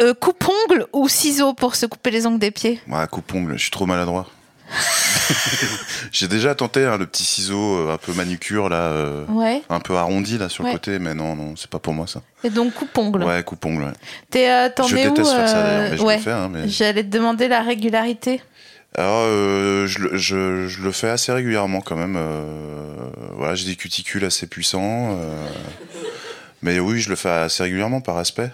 Speaker 2: euh, coupe-ongle ou ciseau pour se couper les ongles des pieds
Speaker 3: Ouais, coupongle, je suis trop maladroit. [laughs] J'ai déjà tenté hein, le petit ciseau euh, un peu manucure, là, euh,
Speaker 2: Ouais.
Speaker 3: un peu arrondi là sur
Speaker 2: Ouais.
Speaker 3: le côté, mais non, non, c'est pas pour moi ça.
Speaker 2: Et donc coupongle.
Speaker 3: Ouais, coupongle. ouais.
Speaker 2: T'es, euh, t'en
Speaker 3: Je
Speaker 2: es où
Speaker 3: déteste faire ça
Speaker 2: euh,
Speaker 3: d'ailleurs, mais je
Speaker 2: ouais.
Speaker 3: le fais. hein, mais-
Speaker 2: J'allais te demander la régularité.
Speaker 3: Alors, euh, je, le- je- je le fais assez régulièrement quand même. euh, voilà, j'ai des cuticules assez puissants. euh, Mais oui, je le fais assez régulièrement par respect.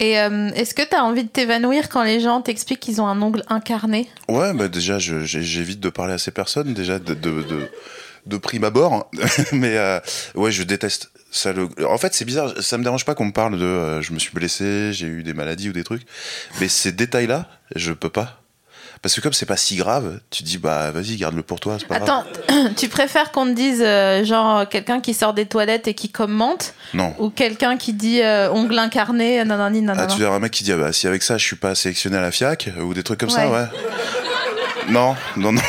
Speaker 2: Et euh, est-ce que t'as envie de t'évanouir quand les gens t'expliquent qu'ils ont un ongle incarné
Speaker 3: Ouais, bah déjà, je- j'ai- j'évite de parler à ces personnes, déjà, de, de, de, de prime abord. [laughs] Mais euh, ouais, je déteste. Ça le... En fait, c'est bizarre, ça me dérange pas qu'on me parle de euh, je me suis blessé, j'ai eu des maladies ou des trucs. Mais ces détails-là, je peux pas. Parce que comme c'est pas si grave, tu dis bah vas-y, garde-le pour toi, c'est pas grave.
Speaker 2: Attends, [clears throat] tu préfères qu'on te dise euh, genre quelqu'un qui sort des toilettes et qui commente
Speaker 3: Non.
Speaker 2: ou quelqu'un qui dit euh, ongle incarné, nanani,
Speaker 3: Ah,
Speaker 2: nanana
Speaker 3: tu verras un mec qui dit ah bah si avec ça je suis pas sélectionné à la FIAC euh, ou des trucs comme ça,
Speaker 2: Ouais.
Speaker 3: ouais. non, non, non.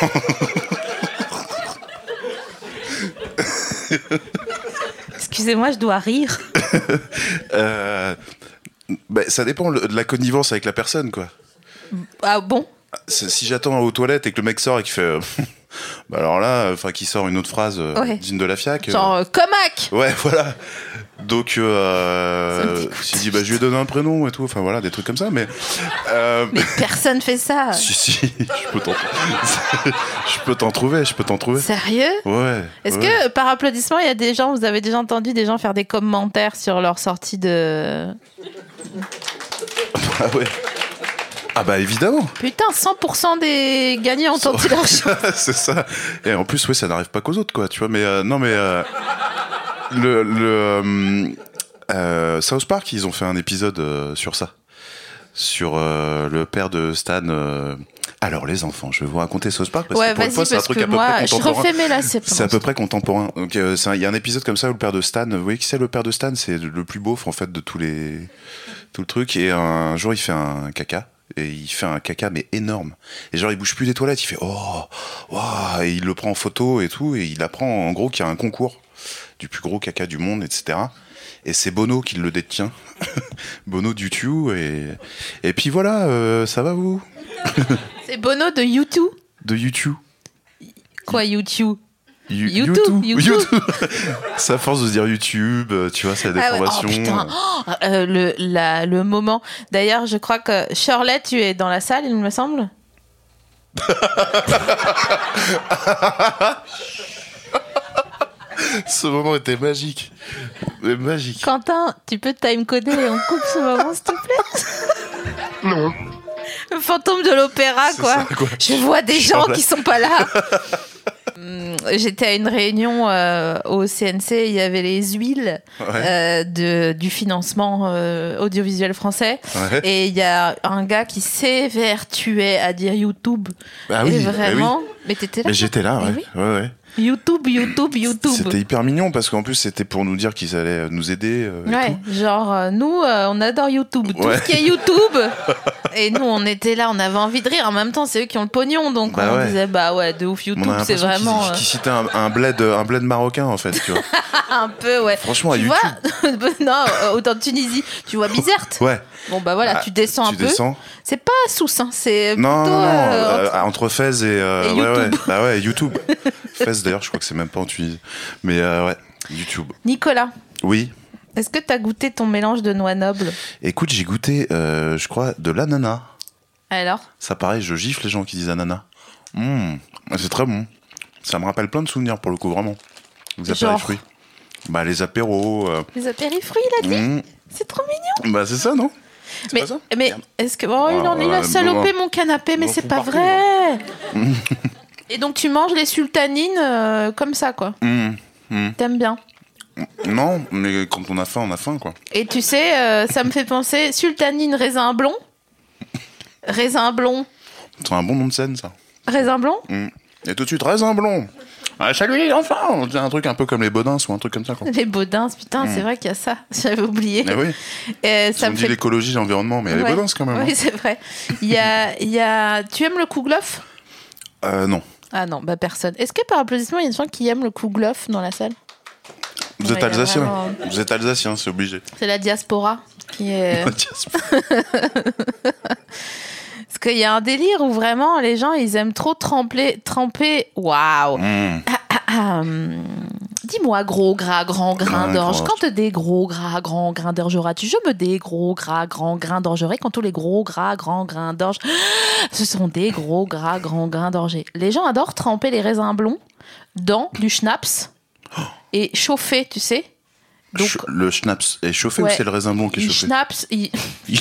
Speaker 2: Excusez-moi, je dois rire.
Speaker 3: Euh, bah, ça dépend le- de la connivence avec la personne, quoi.
Speaker 2: Ah bon
Speaker 3: C'est- si j'attends aux toilettes et que le mec sort et qu'il fait euh, [laughs] bah alors là enfin qui sort une autre phrase euh,
Speaker 2: Ouais.
Speaker 3: digne de la fiac euh,
Speaker 2: Genre euh,
Speaker 3: [laughs]
Speaker 2: comac
Speaker 3: ouais voilà donc
Speaker 2: Ça me
Speaker 3: euh,
Speaker 2: dégoûte.
Speaker 3: s'il dit bah je lui ai donné un prénom et tout enfin voilà des trucs comme ça mais euh, bah,
Speaker 2: Mais personne fait ça.
Speaker 3: si si [laughs] je peux t'en je peux t'en trouver je peux t'en trouver
Speaker 2: Sérieux
Speaker 3: ouais
Speaker 2: Est-ce
Speaker 3: ouais.
Speaker 2: que par applaudissement, il y a des gens, vous avez déjà entendu des gens faire des commentaires sur leur sortie de.
Speaker 3: ah ouais ah bah évidemment
Speaker 2: Putain, 100% des gagnants ont tenté leur chance.
Speaker 3: [laughs] c'est ça. Et en plus, oui, ça n'arrive pas qu'aux autres, quoi. Tu vois, mais euh, non, mais euh, le, le euh, euh, South Park, ils ont fait un épisode euh, sur ça, sur euh, le père de Stan. euh. Alors, les enfants, je vais vous raconter South Park parce
Speaker 2: Ouais,
Speaker 3: que pour
Speaker 2: vas-y,
Speaker 3: une fois,
Speaker 2: parce
Speaker 3: c'est un truc
Speaker 2: que
Speaker 3: à peu
Speaker 2: moi,
Speaker 3: près
Speaker 2: je
Speaker 3: contemporain.
Speaker 2: refais mes lacets.
Speaker 3: C'est à peu près contemporain. Donc, euh, c'est un- il y a un épisode comme ça où le père de Stan, vous voyez qui c'est le père de Stan C'est le plus beauf en fait de tous les. tout le truc. Et un jour, il fait un caca. Et il fait un caca, mais énorme. Et genre, il bouge plus des toilettes. Il fait Oh waouh Et il le prend en photo et tout. Et il apprend en gros qu'il y a un concours du plus gros caca du monde, etc. Et c'est Bono qui le détient. [laughs] Bono du Tiou. Et, et puis voilà, euh, ça va vous
Speaker 2: C'est Bono de YouTube.
Speaker 3: De YouTube
Speaker 2: Quoi, YouTube
Speaker 3: You-
Speaker 2: YouTube,
Speaker 3: YouTube,
Speaker 2: YouTube.
Speaker 3: YouTube. [laughs] C'est à force de se dire YouTube, euh, tu vois, c'est la déformation.
Speaker 2: Oh putain, Oh, euh, le, la- le moment. D'ailleurs, je crois que Shirley, tu es dans la salle, il me semble.
Speaker 3: Ce moment était magique. Mais Magique.
Speaker 2: Quentin, tu peux timecoder et on coupe ce moment, s'il te plaît Non. Le fantôme de l'opéra,
Speaker 3: C'est
Speaker 2: quoi.
Speaker 3: ça, quoi.
Speaker 2: Je vois des gens
Speaker 3: Shirley. [laughs]
Speaker 2: qui sont pas là. Hum, j'étais à une réunion euh, au CNC, il y avait les huiles
Speaker 3: Ouais,
Speaker 2: euh, de, du financement euh, audiovisuel français.
Speaker 3: ouais.
Speaker 2: Et il y a un gars qui s'évertuait à dire YouTube.
Speaker 3: Ah
Speaker 2: et
Speaker 3: oui, bah oui.
Speaker 2: vraiment, mais t'étais là.
Speaker 3: Mais J'étais là, ouais.
Speaker 2: Eh oui.
Speaker 3: ouais, ouais.
Speaker 2: YouTube, YouTube, YouTube.
Speaker 3: C'était hyper mignon parce qu'en plus c'était pour nous dire qu'ils allaient nous aider. euh, et
Speaker 2: Ouais,
Speaker 3: tout.
Speaker 2: genre euh, nous euh, on adore YouTube, tout
Speaker 3: Ouais.
Speaker 2: ce qui est
Speaker 3: [laughs]
Speaker 2: YouTube. et nous on était là, on avait envie de rire. En même temps, c'est eux qui ont le pognon, donc
Speaker 3: Bah
Speaker 2: on
Speaker 3: ouais.
Speaker 2: disait bah ouais, de ouf
Speaker 3: On
Speaker 2: YouTube,
Speaker 3: a
Speaker 2: c'est
Speaker 3: l'impression qu'ils-
Speaker 2: vraiment
Speaker 3: qu'ils citaient un, un bled, un bled marocain en fait.
Speaker 2: [laughs]
Speaker 3: Tu vois.
Speaker 2: euh, un peu ouais.
Speaker 3: Franchement à
Speaker 2: tu
Speaker 3: YouTube.
Speaker 2: vois [laughs] Non, euh, autant de Tunisie, tu vois Bizerte.
Speaker 3: Ouais.
Speaker 2: Bon bah voilà,
Speaker 3: Ah,
Speaker 2: tu descends
Speaker 3: tu
Speaker 2: un peu.
Speaker 3: descends.
Speaker 2: C'est pas Soussin, c'est plutôt
Speaker 3: Non, non, non,
Speaker 2: euh,
Speaker 3: euh, entre Fez et, euh,
Speaker 2: et
Speaker 3: ouais, ouais.
Speaker 2: YouTube.
Speaker 3: Bah
Speaker 2: [laughs]
Speaker 3: ouais, YouTube. Fez d'ailleurs, je crois que c'est même pas en Tunisie, mais euh, ouais, YouTube.
Speaker 2: Nicolas.
Speaker 3: Oui.
Speaker 2: Est-ce que t'as goûté ton mélange de noix nobles
Speaker 3: Écoute, j'ai goûté, euh, je crois, de l'ananas.
Speaker 2: Alors
Speaker 3: Ça pareil, je gifle les gens qui disent ananas. Mmh, c'est très bon. Ça me rappelle plein de souvenirs pour le coup, vraiment. Les apéros,
Speaker 2: Genre
Speaker 3: les fruits. Bah les apéros. euh,
Speaker 2: Les apérifruits, il a dit
Speaker 3: mmh.
Speaker 2: C'est trop mignon
Speaker 3: Bah c'est ça, non C'est
Speaker 2: Mais,
Speaker 3: pas ça
Speaker 2: mais
Speaker 3: Merde.
Speaker 2: est-ce que. Oh, il, en,
Speaker 3: Ah,
Speaker 2: il a
Speaker 3: ouais,
Speaker 2: salopé
Speaker 3: bon,
Speaker 2: mon canapé, mais
Speaker 3: bon,
Speaker 2: c'est
Speaker 3: faut
Speaker 2: pas
Speaker 3: partout, hein.
Speaker 2: vrai Et donc tu manges les sultanines euh, comme ça, quoi.
Speaker 3: Mmh.
Speaker 2: T'aimes bien.
Speaker 3: Non, mais quand on a faim, on a faim, quoi.
Speaker 2: Et tu sais, euh, ça me fait penser sultanine, raisin blond. Raisin blond.
Speaker 3: C'est un bon nom de scène, ça.
Speaker 2: Raisin blond
Speaker 3: Mmh. Et tout de suite, raisin blond. Ah, salut les enfants On dirait un truc un peu comme les Bodins ou un truc comme ça, quoi.
Speaker 2: [laughs] Les Baudins, putain, c'est vrai qu'il y a ça. [laughs] J'avais oublié.
Speaker 3: Hmm. Mais oui,
Speaker 2: Et euh, ça
Speaker 3: on
Speaker 2: me
Speaker 3: dit
Speaker 2: fait
Speaker 3: l'écologie, l'environnement, mais elle
Speaker 2: Ouais.
Speaker 3: est bodasse quand même.
Speaker 2: Oui,
Speaker 3: hein.
Speaker 2: c'est vrai. Il y a, il y a... Tu aimes le kouglof
Speaker 3: Euh, non.
Speaker 2: Ah non, bah personne. Est-ce que par applaudissement, il y a des gens qui aiment le kouglof dans la salle
Speaker 3: Vous
Speaker 2: Ouais,
Speaker 3: êtes
Speaker 2: y a
Speaker 3: alsacien.
Speaker 2: vraiment-
Speaker 3: Vous êtes alsacien, c'est obligé.
Speaker 2: C'est la diaspora qui
Speaker 3: [laughs]
Speaker 2: est... [laughs] Parce qu'il y a un délire où vraiment, les gens, ils aiment trop tremper... Tremper... Waouh
Speaker 3: Mmh.
Speaker 2: Ah, hum. Dis-moi, gros gras, grand grain
Speaker 3: Grain,
Speaker 2: d'orge,
Speaker 3: gros.
Speaker 2: quand des gros gras, grands grains d'orge auras-tu Je me des gros gras, grands grains d'orgerai quand tous les gros gras, grands grains d'orge. [gasps] Ce sont des gros gras, grands grains d'orgeai. Les gens adorent tremper les raisins blonds dans du
Speaker 3: [gasps]
Speaker 2: schnapps et chauffer, tu sais. Donc,
Speaker 3: Ch- le schnapps est chauffé
Speaker 2: Ouais.
Speaker 3: ou c'est le raisin blond qui est
Speaker 2: du
Speaker 3: chauffé
Speaker 2: schnapps. il-
Speaker 3: [laughs]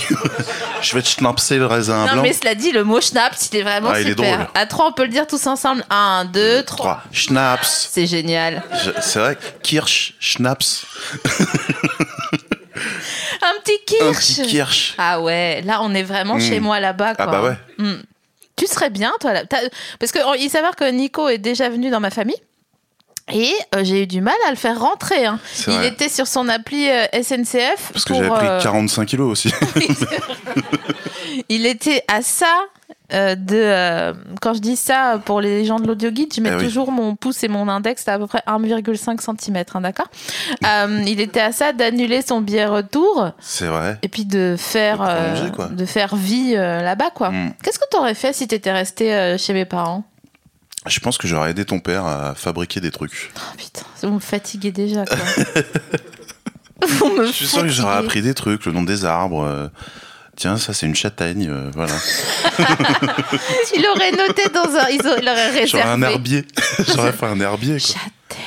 Speaker 3: Je vais te schnapser le
Speaker 2: [laughs]
Speaker 3: raisin
Speaker 2: Non,
Speaker 3: blanc.
Speaker 2: mais cela dit, le mot schnapps, il est vraiment
Speaker 3: Ah, il est
Speaker 2: super.
Speaker 3: drôle.
Speaker 2: À trois, on peut le dire tous ensemble. Un, deux, trois.
Speaker 3: Trois. Schnapps.
Speaker 2: C'est génial.
Speaker 3: Je- C'est vrai. que Kirsch, schnapps.
Speaker 2: Un petit
Speaker 3: Un
Speaker 2: kirsch.
Speaker 3: petit kirsch.
Speaker 2: Ah ouais, là on est vraiment
Speaker 3: Mm.
Speaker 2: chez moi là-bas.
Speaker 3: Ah
Speaker 2: quoi.
Speaker 3: bah ouais.
Speaker 2: Mm. Tu serais bien toi là. T'as- Parce que oh, il s'avère que Nico est déjà venu dans ma famille. Et euh, j'ai eu du mal à le faire rentrer. hein.
Speaker 3: C'est
Speaker 2: Il
Speaker 3: vrai.
Speaker 2: était sur son appli euh, SNCF.
Speaker 3: Parce que
Speaker 2: pour,
Speaker 3: j'avais
Speaker 2: euh,
Speaker 3: pris 45 kilos aussi. [laughs]
Speaker 2: Il était à ça euh, de. euh, quand je dis ça euh, pour les gens de l'audio guide, je mets
Speaker 3: Eh oui.
Speaker 2: toujours mon pouce et mon index à, à peu près 1,5 cm, hein, d'accord
Speaker 3: Hmm.
Speaker 2: Euh, Il était à ça d'annuler son billet retour
Speaker 3: c'est vrai.
Speaker 2: et puis de faire,
Speaker 3: De prolonger,
Speaker 2: euh,
Speaker 3: quoi.
Speaker 2: de faire vie euh, là-bas, quoi.
Speaker 3: Mm.
Speaker 2: Qu'est-ce que t'aurais fait si t'étais resté euh, chez mes parents
Speaker 3: Je pense que j'aurais aidé ton père à fabriquer des trucs.
Speaker 2: Oh putain, vous me fatiguez déjà,
Speaker 3: [laughs]
Speaker 2: quoi. vous me
Speaker 3: Je suis sûr que j'aurais
Speaker 2: fatiguez.
Speaker 3: appris des trucs, le nom des arbres. euh, Tiens, ça c'est une châtaigne, euh, voilà.
Speaker 2: Il aurait noté dans un. Il aurait- il aurait réservé.
Speaker 3: J'aurais
Speaker 2: [laughs]
Speaker 3: un herbier, [laughs] j'aurais fait un herbier quoi.
Speaker 2: Châtaigne.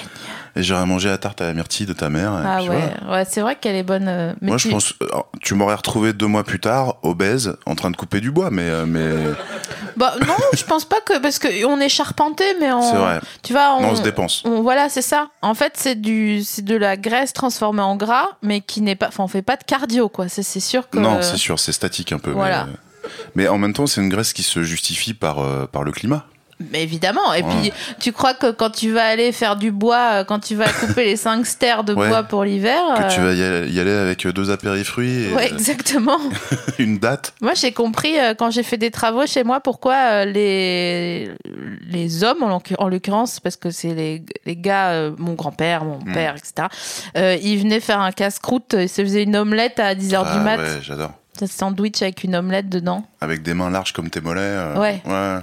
Speaker 3: Et j'aurais mangé la tarte à la myrtille de ta mère. et
Speaker 2: Ah
Speaker 3: puis voilà.
Speaker 2: ouais, ouais c'est vrai qu'elle est bonne. euh, mais
Speaker 3: Moi,
Speaker 2: tu-
Speaker 3: je pense, euh, tu m'aurais retrouvé deux mois plus tard, obèse, en train de couper du bois, mais, euh, mais
Speaker 2: Bah,
Speaker 3: [laughs]
Speaker 2: non, je pense pas que parce que on est charpenté, mais on.
Speaker 3: c'est vrai.
Speaker 2: Tu vois, on.
Speaker 3: Non, on se dépense.
Speaker 2: on- voilà, c'est ça. En fait, c'est du, c'est de la graisse transformée en gras, mais qui n'est pas. Enfin, on fait pas de cardio, quoi. Ça, C'est sûr que.
Speaker 3: Non, c'est sûr, c'est statique un peu. mais,
Speaker 2: voilà.
Speaker 3: euh, Mais, en même temps, c'est une graisse qui se justifie par, euh, par le climat.
Speaker 2: Mais évidemment. Et
Speaker 3: Ouais.
Speaker 2: puis, tu crois que quand tu vas aller faire du bois, euh, quand tu vas couper les 5 stères de
Speaker 3: Ouais.
Speaker 2: bois pour l'hiver.
Speaker 3: Que tu
Speaker 2: euh,
Speaker 3: vas y aller- y aller avec deux apérifruits et
Speaker 2: Ouais,
Speaker 3: euh,
Speaker 2: exactement.
Speaker 3: [laughs] une date.
Speaker 2: moi, j'ai compris euh, quand j'ai fait des travaux chez moi pourquoi euh, les, les hommes, en l'occur- en l'occurrence, parce que c'est les, les gars, euh, mon grand-père, mon
Speaker 3: Mm.
Speaker 2: père, etc., euh, ils venaient faire un casse-croûte, ils se faisaient une omelette à 10h
Speaker 3: Ah
Speaker 2: du mat,
Speaker 3: ouais, j'adore.
Speaker 2: un sandwich avec une omelette dedans.
Speaker 3: Avec des mains larges comme tes mollets. euh,
Speaker 2: Ouais.
Speaker 3: Ouais.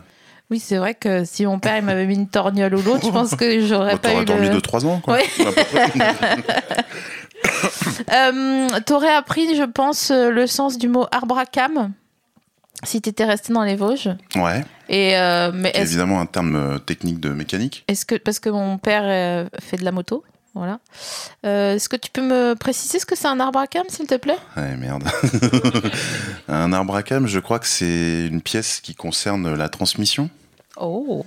Speaker 2: Oui, c'est vrai que si mon père il m'avait mis une torgnole ou l'autre, je pense que j'aurais
Speaker 3: Bah,
Speaker 2: pas eu
Speaker 3: T'aurais dormi
Speaker 2: le...
Speaker 3: 2-3 ans, quoi.
Speaker 2: Ouais.
Speaker 3: À peu près.
Speaker 2: Euh, T'aurais appris, je pense, euh, le sens du mot arbre à cam si t'étais resté dans les Vosges.
Speaker 3: ouais.
Speaker 2: Et euh, mais est-ce
Speaker 3: Évidemment, un terme euh, technique de mécanique.
Speaker 2: est-ce que parce que mon père euh, fait de la moto, voilà. Euh, est-ce que tu peux me préciser ce que c'est un arbre à cam, s'il te plaît
Speaker 3: Ouais, merde. [laughs] un arbre à cam, je crois que c'est une pièce qui concerne la transmission.
Speaker 2: Oh,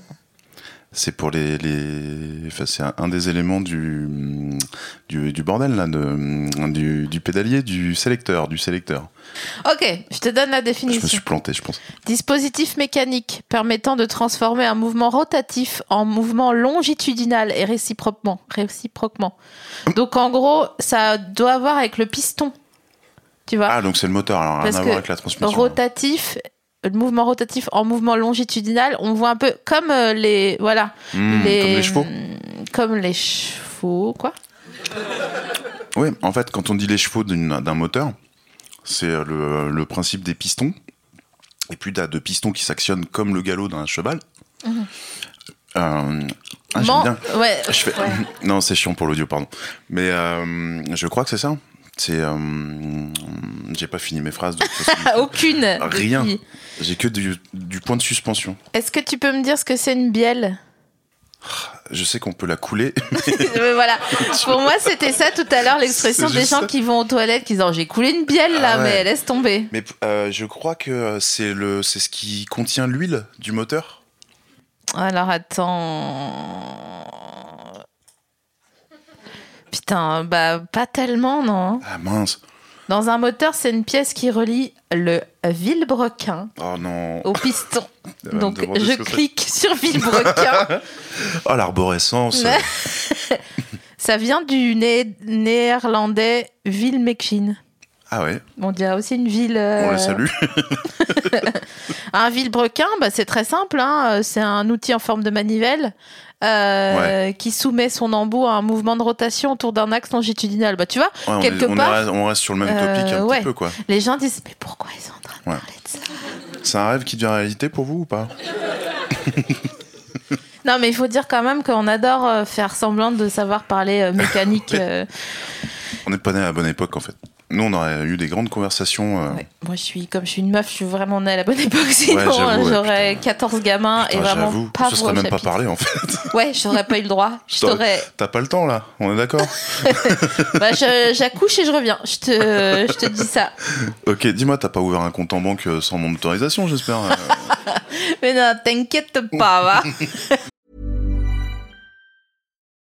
Speaker 3: C'est pour les, les... Enfin, c'est un, un des éléments du, mm, du, du bordel là, de, mm, du, du pédalier, du sélecteur, du sélecteur.
Speaker 2: Ok, je te donne la
Speaker 3: Je me
Speaker 2: définition.
Speaker 3: suis planté, je pense.
Speaker 2: Dispositif mécanique permettant de transformer un mouvement rotatif en mouvement longitudinal et réciproquement. réciproquement. Donc en gros, ça doit avoir avec le piston. Tu vois
Speaker 3: Ah, donc c'est le moteur, alors rien
Speaker 2: Parce
Speaker 3: à
Speaker 2: que
Speaker 3: voir avec la transmission.
Speaker 2: Rotatif, le mouvement rotatif en mouvement longitudinal, on voit un peu comme euh, les. Voilà.
Speaker 3: Hmm,
Speaker 2: les, hmm,
Speaker 3: Comme les chevaux.
Speaker 2: Comme les chevaux, quoi.
Speaker 3: Oui, en fait, quand on dit les chevaux d'une- d'un moteur, c'est euh, le, le principe des pistons. Et puis, t'as deux pistons qui s'actionnent comme le galop d'un cheval.
Speaker 2: Mhm.
Speaker 3: Euh, ah, j'aime
Speaker 2: Man-
Speaker 3: bien.
Speaker 2: Ouais.
Speaker 3: Je fais- [laughs]
Speaker 2: ouais.
Speaker 3: non, c'est chiant pour l'audio, pardon. Mais euh, je crois que c'est ça. C'est. euh, J'ai pas fini mes phrases. donc
Speaker 2: [laughs]
Speaker 3: ça, c'est-
Speaker 2: Ah, Aucune.
Speaker 3: Rien.
Speaker 2: depuis.
Speaker 3: J'ai que du, du point de suspension.
Speaker 2: Est-ce que tu peux me dire ce que c'est une bielle
Speaker 3: Je sais qu'on peut la couler. [laughs]
Speaker 2: Mais Euh, voilà. Pour moi, c'était ça tout à l'heure, l'expression
Speaker 3: C'est
Speaker 2: des
Speaker 3: juste
Speaker 2: gens
Speaker 3: ça.
Speaker 2: qui vont aux toilettes, qui disent Oh, J'ai coulé une bielle là,
Speaker 3: Ah ouais.
Speaker 2: mais laisse tomber.
Speaker 3: Mais euh, je crois que c'est le, c'est ce qui contient l'huile du moteur.
Speaker 2: Alors attends. Putain, bah pas tellement, non. hein.
Speaker 3: Ah mince.
Speaker 2: Dans un moteur, c'est une pièce qui relie le vilebrequin
Speaker 3: Oh non.
Speaker 2: au
Speaker 3: [laughs]
Speaker 2: piston.
Speaker 3: Elle va me
Speaker 2: Donc
Speaker 3: demander
Speaker 2: je
Speaker 3: ce que c'est.
Speaker 2: clique sur
Speaker 3: [laughs]
Speaker 2: vilebrequin.
Speaker 3: Oh l'arborescence.
Speaker 2: Mais- Ça vient du né- néerlandais Vilmekchin.
Speaker 3: Ah ouais,
Speaker 2: On dirait aussi une ville.
Speaker 3: on
Speaker 2: euh,
Speaker 3: la salue.
Speaker 2: Un vilebrequin, bah, c'est très simple. hein. C'est un outil en forme de manivelle euh, qui soumet son embout à un mouvement de rotation autour d'un axe longitudinal. Bah, tu vois,
Speaker 3: Ouais, on, est-
Speaker 2: quelque
Speaker 3: on
Speaker 2: part-
Speaker 3: reste, on reste sur le même
Speaker 2: Euh,
Speaker 3: topic un
Speaker 2: ouais.
Speaker 3: petit peu quoi.
Speaker 2: les gens disent Mais pourquoi ils sont en train de
Speaker 3: Ouais.
Speaker 2: parler de ça
Speaker 3: C'est un rêve qui devient réalité pour vous ou pas
Speaker 2: Non, mais il faut dire quand même qu'on adore euh, faire semblant de savoir parler euh, mécanique.
Speaker 3: [laughs] Ouais.
Speaker 2: euh,
Speaker 3: On n'est pas né à la bonne époque en fait. Nous on aurait eu des grandes conversations. euh,
Speaker 2: ouais. Moi, je suis, comme je suis une meuf, je suis vraiment née à la bonne époque. Sinon,
Speaker 3: Ouais, j'avoue, ouais,
Speaker 2: j'aurais 14 gamins
Speaker 3: putain,
Speaker 2: et vraiment
Speaker 3: Ah, j'avoue,
Speaker 2: pas
Speaker 3: ce
Speaker 2: voix
Speaker 3: serait
Speaker 2: au
Speaker 3: même pas
Speaker 2: chapitre.
Speaker 3: parlé en fait.
Speaker 2: Ouais, j'aurais pas eu le droit. [laughs] Je t'aurais.
Speaker 3: T'as pas le temps là, on
Speaker 2: [laughs]
Speaker 3: est d'accord
Speaker 2: Bah, je- j'accouche et je reviens. Je te, je te dis ça.
Speaker 3: Ok, dis-moi, t'as pas ouvert un compte en banque euh, sans mon autorisation
Speaker 2: [laughs]
Speaker 3: j'espère euh.
Speaker 2: Mais non, t'inquiète pas,
Speaker 3: [laughs]
Speaker 2: va.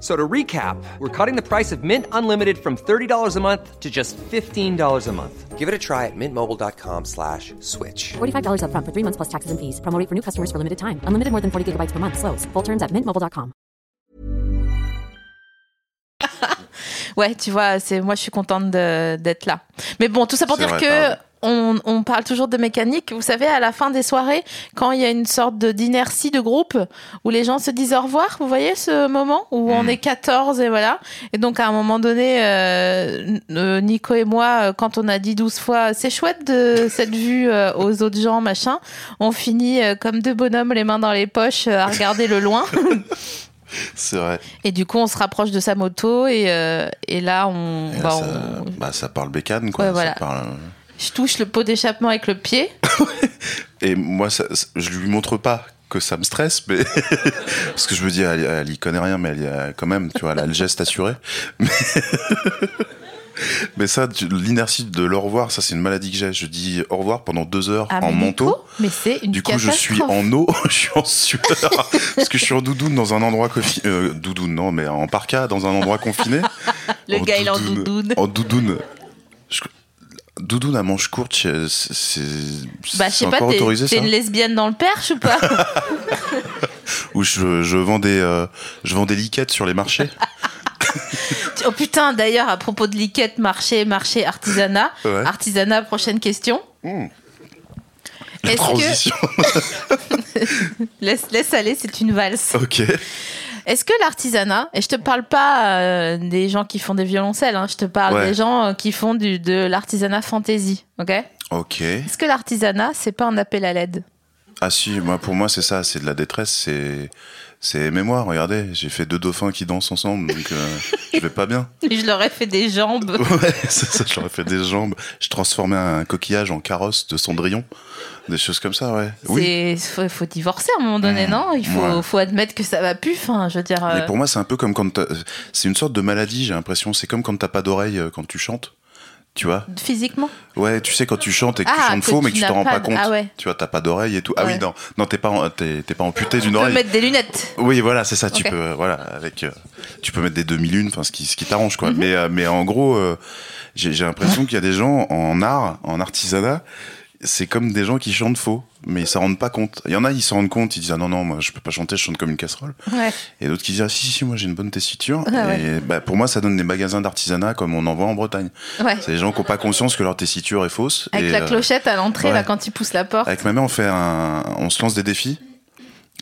Speaker 6: So to recap, we're cutting the price of Mint Unlimited from $30 a month to just $15 a month. Give it a try at mintmobile.com slash switch.
Speaker 7: $45 upfront for three months plus taxes and fees. Promoting for new customers for limited time. Unlimited more than 40 gigabytes per month. Slows. Full terms at mintmobile.com.
Speaker 2: Ouais, tu vois, c'est moi, je suis contente de- d'être là. Mais bon, tout ça pour
Speaker 3: C'est
Speaker 2: dire
Speaker 3: vrai,
Speaker 2: que
Speaker 3: pardon.
Speaker 2: on, on parle toujours de mécanique. Vous savez, à la fin des soirées, quand il y a une sorte de- d'inertie de groupe où les gens se disent au revoir, vous voyez ce moment où
Speaker 3: Hmm.
Speaker 2: on est 14 et voilà. Et donc, à un moment donné, euh, n- euh, Nico et moi, euh, quand on a dit 12 fois, c'est chouette de [laughs] cette vue euh, aux autres gens, machin, on finit euh, comme deux bonhommes, les mains dans les poches, euh, à regarder le loin.
Speaker 3: C'est vrai.
Speaker 2: Et du coup, on se rapproche de sa moto et, euh, et là, on,
Speaker 3: Et là,
Speaker 2: bah,
Speaker 3: ça,
Speaker 2: on-
Speaker 3: bah, ça parle bécane quoi.
Speaker 2: Ouais,
Speaker 3: ça
Speaker 2: voilà.
Speaker 3: parle, euh,
Speaker 2: je touche le pot d'échappement avec le pied.
Speaker 3: Et moi, ça- ça- je lui montre pas que ça me stresse, mais [laughs] parce que je me dis, elle, elle y connaît rien, mais elle y a quand même, tu vois, elle a le geste assuré. [laughs] Mais, mais ça, tu- l'inertie de le revoir, ça c'est une maladie que j'ai. Je dis au revoir pendant deux heures
Speaker 2: Ah,
Speaker 3: en
Speaker 2: mais du
Speaker 3: manteau.
Speaker 2: coup, mais c'est une
Speaker 3: Du coup, je suis en eau, [laughs] je suis en sueur, parce que je suis en doudoune dans un endroit confiné. doudoune, non, mais en parka, dans un endroit confiné.
Speaker 2: [laughs] Le gars, il est en doudoune.
Speaker 3: En doudoune. Oh, Je- Doudoune à manche courte, c'est c'est-
Speaker 2: Bah, je
Speaker 3: c'est
Speaker 2: sais pas,
Speaker 3: encore
Speaker 2: t'es
Speaker 3: autorisé
Speaker 2: t'es
Speaker 3: ça hein
Speaker 2: une lesbienne dans le perche ou
Speaker 3: [laughs]
Speaker 2: pas
Speaker 3: où je, je vends des euh, je vends des liquettes sur les marchés.
Speaker 2: Oh putain, d'ailleurs, à propos de liquette, marché, marché, artisanat.
Speaker 3: Ouais.
Speaker 2: Artisanat, prochaine question.
Speaker 3: La
Speaker 2: [laughs] Est-ce que.
Speaker 3: transition. [laughs]
Speaker 2: Laisse, laisse aller, c'est une valse.
Speaker 3: ok.
Speaker 2: Est-ce que l'artisanat, et je te parle pas euh, des gens qui font des violoncelles, hein, je te parle
Speaker 3: Ouais.
Speaker 2: des gens euh, qui font du, de l'artisanat fantasy, ok
Speaker 3: Ok.
Speaker 2: Est-ce que l'artisanat, c'est pas un appel à l'aide
Speaker 3: Ah si, moi, pour moi, c'est ça, c'est de la détresse, c'est. C'est mémoire, regardez, j'ai fait deux dauphins qui dansent ensemble, donc euh, je vais pas bien.
Speaker 2: [laughs]
Speaker 3: [laughs]
Speaker 2: Je leur ai fait des jambes.
Speaker 3: Ouais, c'est ça, j'aurais fait des jambes. Je transformais un coquillage en carrosse de cendrillon. Des choses comme ça, ouais. Oui.
Speaker 2: Il faut, faut divorcer à un moment donné,
Speaker 3: Mmh,
Speaker 2: non Il faut,
Speaker 3: ouais.
Speaker 2: faut admettre que ça va plus. Enfin, je veux dire. euh,
Speaker 3: Mais pour moi, c'est un peu comme quand. t'as- C'est une sorte de maladie, j'ai l'impression. C'est comme quand t'as pas d'oreille euh, quand tu chantes. Tu vois
Speaker 2: Physiquement
Speaker 3: Ouais, tu sais, quand tu chantes et que
Speaker 2: Ah,
Speaker 3: tu chantes
Speaker 2: que
Speaker 3: faux, mais
Speaker 2: tu
Speaker 3: que tu
Speaker 2: n'as
Speaker 3: t'en rends
Speaker 2: pas
Speaker 3: pas
Speaker 2: de-
Speaker 3: compte.
Speaker 2: ah ouais.
Speaker 3: Tu vois, t'as pas d'oreille et tout. Ah
Speaker 2: Ouais.
Speaker 3: oui, non, non t'es pas, en- t'es t'es pas amputé d'une
Speaker 2: Je peux
Speaker 3: oreille.
Speaker 2: mettre des lunettes.
Speaker 3: Oui, voilà, c'est ça. Tu
Speaker 2: Ok.
Speaker 3: peux, euh, voilà, avec, euh, tu peux mettre des demi-lunes, enfin, ce qui, ce qui t'arrange,
Speaker 2: Mhm.
Speaker 3: quoi. Mais, euh, mais en gros, euh, j'ai j'ai l'impression qu'il y a des gens en art, en artisanat, c'est comme des gens qui chantent faux, mais ils s'en rendent pas compte. Il y en a, ils s'en rendent compte, ils disent ah, non, non, moi, je peux pas chanter, je chante comme une casserole.
Speaker 2: Ouais.
Speaker 3: Et d'autres qui disent ah, si, si, moi, j'ai une bonne tessiture.
Speaker 2: Ah, ouais.
Speaker 3: et bah, pour moi, ça donne des magasins d'artisanat comme on en voit en Bretagne.
Speaker 2: ouais.
Speaker 3: C'est des gens qui n'ont pas conscience que leur tessiture est fausse.
Speaker 2: Avec
Speaker 3: et,
Speaker 2: la
Speaker 3: euh,
Speaker 2: clochette à l'entrée,
Speaker 3: ouais.
Speaker 2: là, quand ils poussent la porte.
Speaker 3: avec ma mère, on fait un, on se lance des défis.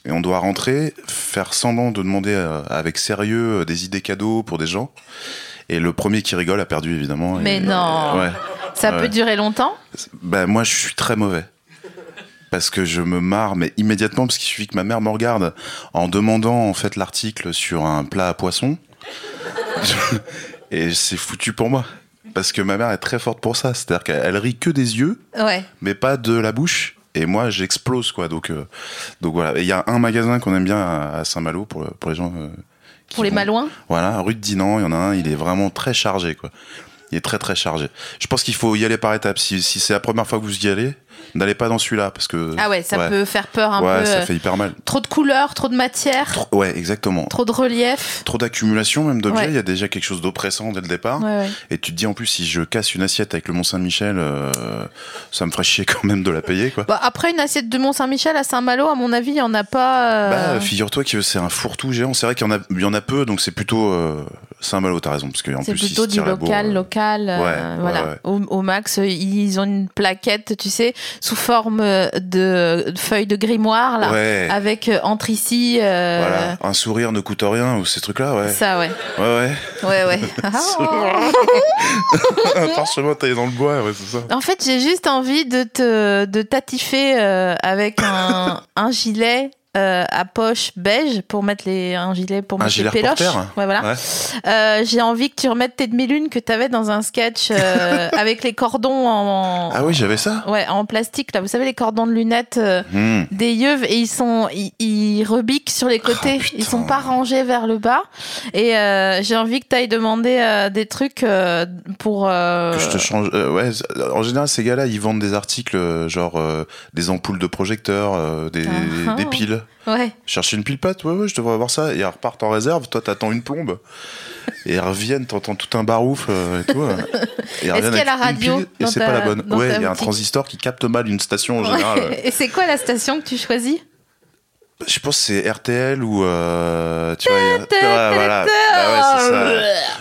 Speaker 3: Et on doit rentrer, faire semblant de demander euh, avec sérieux euh, des idées cadeaux pour des gens. Et le premier qui rigole a perdu, évidemment. Et-
Speaker 2: Mais non.
Speaker 3: euh, Ouais.
Speaker 2: Ça
Speaker 3: Ouais.
Speaker 2: peut durer longtemps
Speaker 3: Bah, moi, je suis très mauvais. Parce que je me marre, mais immédiatement, parce qu'il suffit que ma mère me regarde en demandant, en fait, l'article sur un plat à poisson. [laughs] Je- Et c'est foutu pour moi. Parce que ma mère est très forte pour ça. C'est-à-dire qu'elle elle rit que des yeux
Speaker 2: Ouais.
Speaker 3: mais pas de la bouche. Et moi, j'explose, quoi. Donc, euh, donc voilà. Et il y a un magasin qu'on aime bien à, à Saint-Malo pour, pour les gens. euh, qui
Speaker 2: Pour les
Speaker 3: vont-
Speaker 2: malouins
Speaker 3: Voilà, rue de Dinan, il y en a un, il est vraiment très chargé, quoi. Il est très, très chargé. Je pense qu'il faut y aller par étapes. Si, si c'est la première fois que vous y allez, n'allez pas dans celui-là, parce que.
Speaker 2: Ah ouais, ça peut faire peur un
Speaker 3: Ouais,
Speaker 2: peu.
Speaker 3: ça
Speaker 2: euh,
Speaker 3: fait hyper mal.
Speaker 2: Trop de couleurs, trop de matière, trop,
Speaker 3: Trop- Ouais, exactement. Trop,
Speaker 2: de relief.
Speaker 3: d'accumulation, même d'objets.
Speaker 2: Ouais.
Speaker 3: Il y a déjà quelque chose d'oppressant dès le départ.
Speaker 2: Ouais, ouais.
Speaker 3: Et tu te dis, en plus, si je casse une assiette avec le Mont-Saint-Michel, euh, ça me ferait chier quand même de la payer, quoi.
Speaker 2: Bah, après, une assiette de Mont-Saint-Michel à Saint-Malo, à mon avis, il n'y en a pas.
Speaker 3: Bah,
Speaker 2: euh,
Speaker 3: figure-toi que c'est un fourre-tout géant. C'est vrai qu'il y en a, il y en a peu, donc c'est plutôt euh, Saint-Malo, t'as raison, parce qu'en
Speaker 2: c'est
Speaker 3: plus ils
Speaker 2: plutôt
Speaker 3: se
Speaker 2: du
Speaker 3: tirent la bourre,
Speaker 2: local,
Speaker 3: euh.
Speaker 2: local. euh,
Speaker 3: Ouais, ouais,
Speaker 2: voilà.
Speaker 3: ouais.
Speaker 2: Au, au max, euh, ils ont une plaquette, tu sais, sous forme euh, de de feuilles de grimoire, là,
Speaker 3: Ouais.
Speaker 2: avec euh, entre ici. euh,
Speaker 3: Voilà, un sourire ne coûte rien ou ces trucs-là, ouais.
Speaker 2: Ça, ouais.
Speaker 3: Ouais,
Speaker 2: [laughs]
Speaker 3: ouais.
Speaker 2: Ouais,
Speaker 3: [laughs]
Speaker 2: ouais. Ah.
Speaker 3: un parchemin taillé dans le bois, ouais, c'est ça.
Speaker 2: En fait, j'ai juste envie de te de t'attifer euh, avec un, un gilet euh, à poche beige pour mettre les un gilet pour
Speaker 3: Un
Speaker 2: mettre
Speaker 3: gilet
Speaker 2: les péloches.
Speaker 3: reporter.
Speaker 2: Ouais, voilà.
Speaker 3: Ouais.
Speaker 2: Euh, j'ai envie que tu remettes tes demi-lunes que t'avais dans un sketch
Speaker 3: [laughs]
Speaker 2: euh, avec les cordons en
Speaker 3: Ah oui, j'avais ça.
Speaker 2: ouais en plastique là. Vous savez les cordons de lunettes. euh,
Speaker 3: Hmm.
Speaker 2: des yeux et ils sont ils, ils rebiquent sur les côtés
Speaker 3: Oh, putain.
Speaker 2: ils sont pas rangés vers le bas et euh, j'ai envie que t'ailles demander euh, des trucs euh, pour euh,
Speaker 3: Que je te change. euh, ouais, c'est- en général, ces gars-là, ils vendent des articles, euh, genre euh, des ampoules de projecteurs, euh, des,
Speaker 2: Ah, ah.
Speaker 3: des piles.
Speaker 2: ouais
Speaker 3: Chercher une pile pâte, ouais, ouais, je devrais avoir ça. Et elles repartent en réserve, toi t'attends
Speaker 2: [laughs]
Speaker 3: une plombe. Et elles reviennent, t'entends tout un baroufle euh, et tout. euh. Et
Speaker 2: qu'il y
Speaker 3: elles reviennent
Speaker 2: a
Speaker 3: avec
Speaker 2: la
Speaker 3: une
Speaker 2: radio
Speaker 3: pile, Et
Speaker 2: dans
Speaker 3: c'est
Speaker 2: ta-
Speaker 3: pas la bonne.
Speaker 2: dans
Speaker 3: Ouais,
Speaker 2: ta
Speaker 3: il y a un
Speaker 2: boutique
Speaker 3: transistor qui capte mal une station en général.
Speaker 2: Ouais.
Speaker 3: ouais.
Speaker 2: [laughs] Et c'est quoi la station que tu choisis
Speaker 3: Je pense que c'est RTL ou. euh, tu vois, il y a- ouais, voilà. Bah ouais, c'est ça.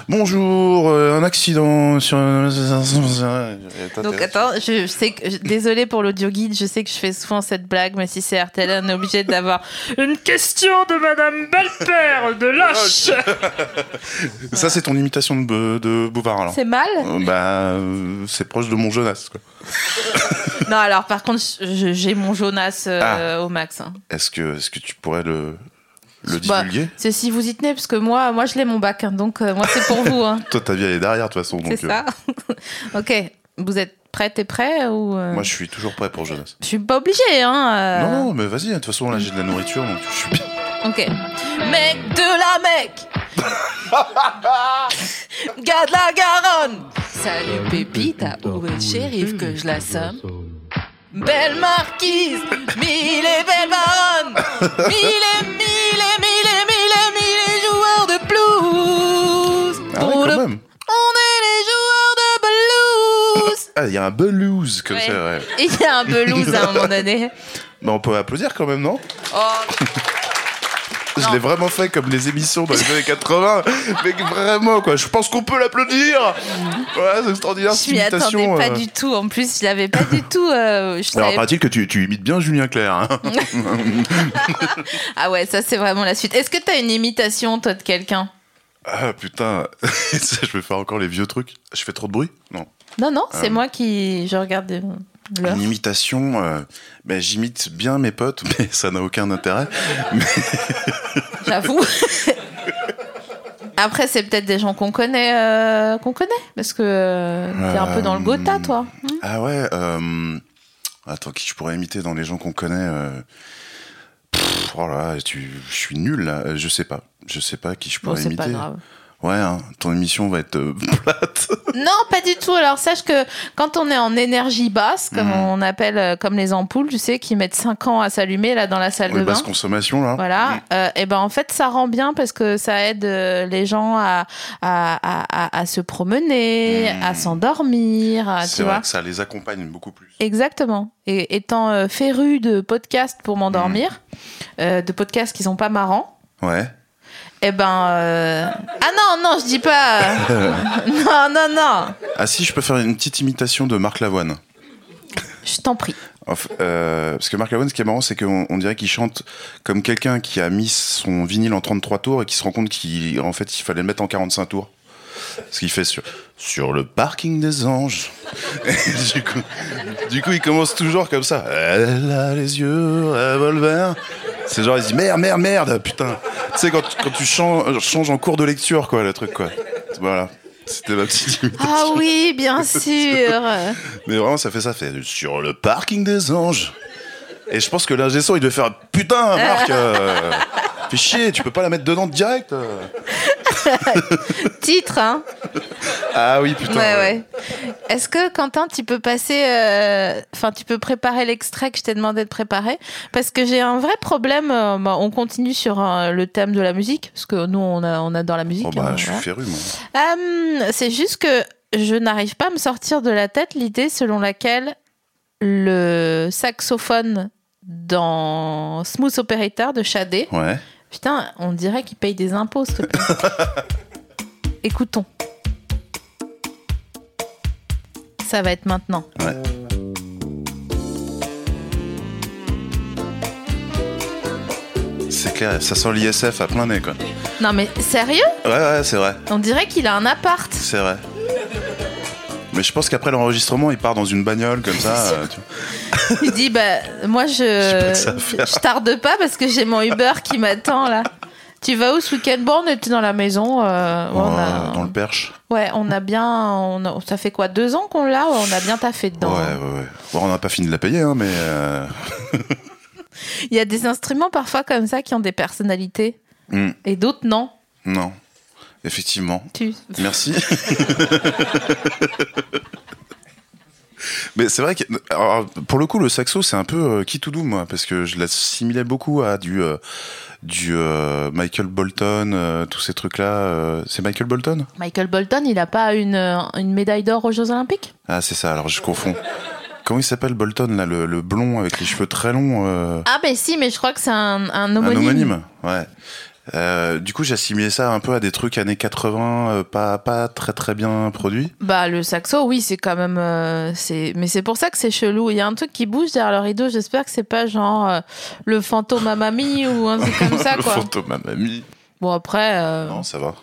Speaker 3: Bonjour, euh, un accident sur. Et toi,
Speaker 2: Donc
Speaker 3: t'es-
Speaker 2: attends, je, je sais que je- désolée pour l'audio guide, je sais que je fais souvent cette blague, mais si c'est RTL, on est obligé d'avoir une question de Madame Belper de Loche.
Speaker 3: Ça, c'est ton imitation de, Bo- de Bouvard alors.
Speaker 2: C'est mal
Speaker 3: Euh, Bah, euh, c'est proche de mon Jonas, quoi.
Speaker 2: Non, alors par contre, je- j'ai mon Jonas euh, au max. hein.
Speaker 3: Est-ce que, est-ce que tu pourrais le, Ah. le
Speaker 2: Bah,
Speaker 3: divulguer
Speaker 2: c'est si vous y tenez, parce que moi, moi je l'ai mon bac, hein, donc euh, moi c'est pour vous.
Speaker 3: [laughs]
Speaker 2: hein.
Speaker 3: Toi, ta vie, elle est derrière, de toute façon.
Speaker 2: C'est
Speaker 3: donc, euh,
Speaker 2: ça. [laughs] ok, vous êtes prête et prêt ou euh,
Speaker 3: Moi, je suis toujours prêt pour Jonas.
Speaker 2: je suis pas obligée, hein. euh,
Speaker 3: Non, non, mais vas-y, de toute façon, là, j'ai de la nourriture, donc je suis bien.
Speaker 2: Ok. Mec de la
Speaker 3: [laughs]
Speaker 2: mec Gars de la Garonne Salut Pépita, où est le shérif que je la somme Belle marquise, mille et belle baronne Mille et mille et mille et mille et mille et joueurs de blues
Speaker 3: Ah ouais,
Speaker 2: On
Speaker 3: quand
Speaker 2: le-
Speaker 3: même.
Speaker 2: On est les joueurs de
Speaker 3: [laughs]
Speaker 2: blues
Speaker 3: Ah, il y a un blues, comme
Speaker 2: Ouais.
Speaker 3: ça, ouais.
Speaker 2: Et Il y a un pelouse à un moment donné.
Speaker 3: Mais on peut applaudir quand même, non
Speaker 2: Oh,
Speaker 3: Je
Speaker 2: Non.
Speaker 3: l'ai vraiment fait comme les émissions dans les années
Speaker 2: [laughs]
Speaker 3: 80. Mais vraiment, quoi. Je pense qu'on peut l'applaudir. Voilà, c'est extraordinaire,
Speaker 2: Oh, je
Speaker 3: cette
Speaker 2: m'y attendais
Speaker 3: imitation.
Speaker 2: pas
Speaker 3: euh.
Speaker 2: du tout. En plus, je l'avais pas du tout. euh, je
Speaker 3: Alors,
Speaker 2: savais
Speaker 3: paraît-il que tu, tu imites bien Julien Clerc. hein.
Speaker 2: [laughs] Ah ouais, ça c'est vraiment la suite. Est-ce que t'as une imitation toi de quelqu'un
Speaker 3: ah, putain. [laughs] Ça, je vais faire encore les vieux trucs. Je fais trop de bruit Non.
Speaker 2: Non non, c'est
Speaker 3: Euh.
Speaker 2: moi qui je regarde. euh, Leur.
Speaker 3: Une imitation, euh, ben, j'imite bien mes potes, [laughs] mais ça n'a aucun intérêt. [laughs]
Speaker 2: J'avoue. [laughs] Après, c'est peut-être des gens qu'on connaît, euh, qu'on connaît, parce que euh, t'es un peu dans le Gotha, toi.
Speaker 3: Ah ouais. euh, Attends, qui je pourrais imiter dans les gens qu'on connaît euh, pff, oh là, là, tu, je suis nul là. Euh, Je sais pas. Je sais pas qui je
Speaker 2: Bon,
Speaker 3: pourrais
Speaker 2: c'est
Speaker 3: imiter.
Speaker 2: pas grave.
Speaker 3: Ouais, hein, ton émission va être euh, [laughs] plate.
Speaker 2: Non, pas du tout. Alors sache que quand on est en énergie basse, comme
Speaker 3: Hmm.
Speaker 2: on appelle, euh, comme les ampoules, tu sais, qui mettent 5 ans à s'allumer là dans la salle de
Speaker 3: Les
Speaker 2: bain.
Speaker 3: basse consommation là.
Speaker 2: Voilà. Euh, et ben en fait, ça rend bien parce que ça aide euh, les gens à à, à, à- à se promener,
Speaker 3: Mm.
Speaker 2: à s'endormir, à-
Speaker 3: c'est
Speaker 2: Ah, tu
Speaker 3: vrai
Speaker 2: vois.
Speaker 3: que ça les accompagne beaucoup plus.
Speaker 2: Exactement. Et étant euh, féru de podcasts pour m'endormir, euh, de podcasts qui sont pas marrants.
Speaker 3: Ouais.
Speaker 2: Eh ben euh, ah non non je dis pas [laughs] euh, non non non
Speaker 3: Ah si, je peux faire une petite imitation de Marc Lavoine.
Speaker 2: je t'en prie
Speaker 3: Enf- euh, parce que Marc Lavoine, ce qui est marrant, c'est qu'on on dirait qu'il chante comme quelqu'un qui a mis son vinyle en 33 tours et qui se rend compte qu'il en fait, il fallait le mettre en 45 tours. Ce qu'il fait sur, sur le parking des anges. Et du, coup, du coup, il commence toujours comme ça. Elle a les yeux, revolver. C'est genre, il se dit merde, merde, merde, putain. Tu sais, quand, tu- quand tu changes, changes en cours de lecture, quoi, le truc, quoi. Voilà. C'était ma petite imitation.
Speaker 2: ah oui [laughs] bien sûr
Speaker 3: Mais vraiment, ça fait ça, fait sur le parking des anges. Et je pense que l'ingé son, il devait faire putain, Marc, euh, fais chier, tu peux pas la mettre dedans direct. euh.
Speaker 2: titre hein
Speaker 3: Ah oui, putain.
Speaker 2: ouais ouais est-ce que Quentin tu peux passer euh, enfin tu peux préparer l'extrait que je t'ai demandé de préparer parce que j'ai un vrai problème euh, bah, on continue sur euh, le thème de la musique parce que nous on a on adore la musique
Speaker 3: Oh
Speaker 2: hein,
Speaker 3: bah, je suis
Speaker 2: voilà.
Speaker 3: féru, moi.
Speaker 2: Hum, c'est juste que je n'arrive pas à me sortir de la tête l'idée selon laquelle le saxophone dans Smooth Operator de Shadé,
Speaker 3: Ouais.
Speaker 2: putain, on dirait qu'il paye des impôts, ce
Speaker 3: [laughs]
Speaker 2: truc. Écoutons. Ça va être maintenant.
Speaker 3: Ouais. C'est clair, ça sent l'ISF à plein nez, quoi.
Speaker 2: Non mais sérieux
Speaker 3: Ouais, ouais, c'est vrai,
Speaker 2: On dirait qu'il a un appart.
Speaker 3: c'est vrai. Mais je pense qu'après l'enregistrement, il part dans une bagnole comme ça.
Speaker 2: [laughs]
Speaker 3: euh, tu vois.
Speaker 2: Il dit bah moi
Speaker 3: [laughs]
Speaker 2: je
Speaker 3: J'ai pas que ça à faire.
Speaker 2: je tarde pas parce que j'ai mon Uber qui m'attend là. Tu vas où ce week-end Bon, on était dans la maison. euh, on a-
Speaker 3: Oh, Dans le perche.
Speaker 2: Ouais, on a bien. On a- ça fait quoi Deux ans qu'on l'a Ouais, On a bien taffé dedans.
Speaker 3: Ouais, ouais, ouais. Bon, on n'a pas fini de la payer, hein, mais. euh,
Speaker 2: Il y a des instruments parfois comme ça qui ont des personnalités
Speaker 3: hmm.
Speaker 2: et d'autres non.
Speaker 3: Non, effectivement.
Speaker 2: Tu...
Speaker 3: Merci. Mais c'est vrai que alors, pour le coup le saxo c'est un peu euh, qui tout doux moi parce que je l'assimilais beaucoup à du euh, du euh, Michael Bolton euh, tous ces trucs là c'est Michael Bolton
Speaker 2: Michael Bolton, il a pas une, euh, une médaille d'or aux Jeux Olympiques
Speaker 3: ah c'est ça alors je confonds comment il s'appelle Bolton là le, le blond avec les cheveux très longs euh,
Speaker 2: Ah, mais si, mais je crois que c'est un, un
Speaker 3: un
Speaker 2: homonyme.
Speaker 3: homonyme ouais Euh, du coup j'assimilais ça un peu à des trucs années 80 euh, pas pas très très bien produits
Speaker 2: Bah, le saxo, oui, c'est quand même. euh, c'est... Mais c'est pour ça que c'est chelou. Il y a un truc qui bouge derrière le rideau. J'espère que c'est pas genre euh, le fantôme à mamie ou un truc comme ça,
Speaker 3: [laughs] le
Speaker 2: quoi.
Speaker 3: fantôme à mamie
Speaker 2: Bon, après. euh,
Speaker 3: Non, ça va.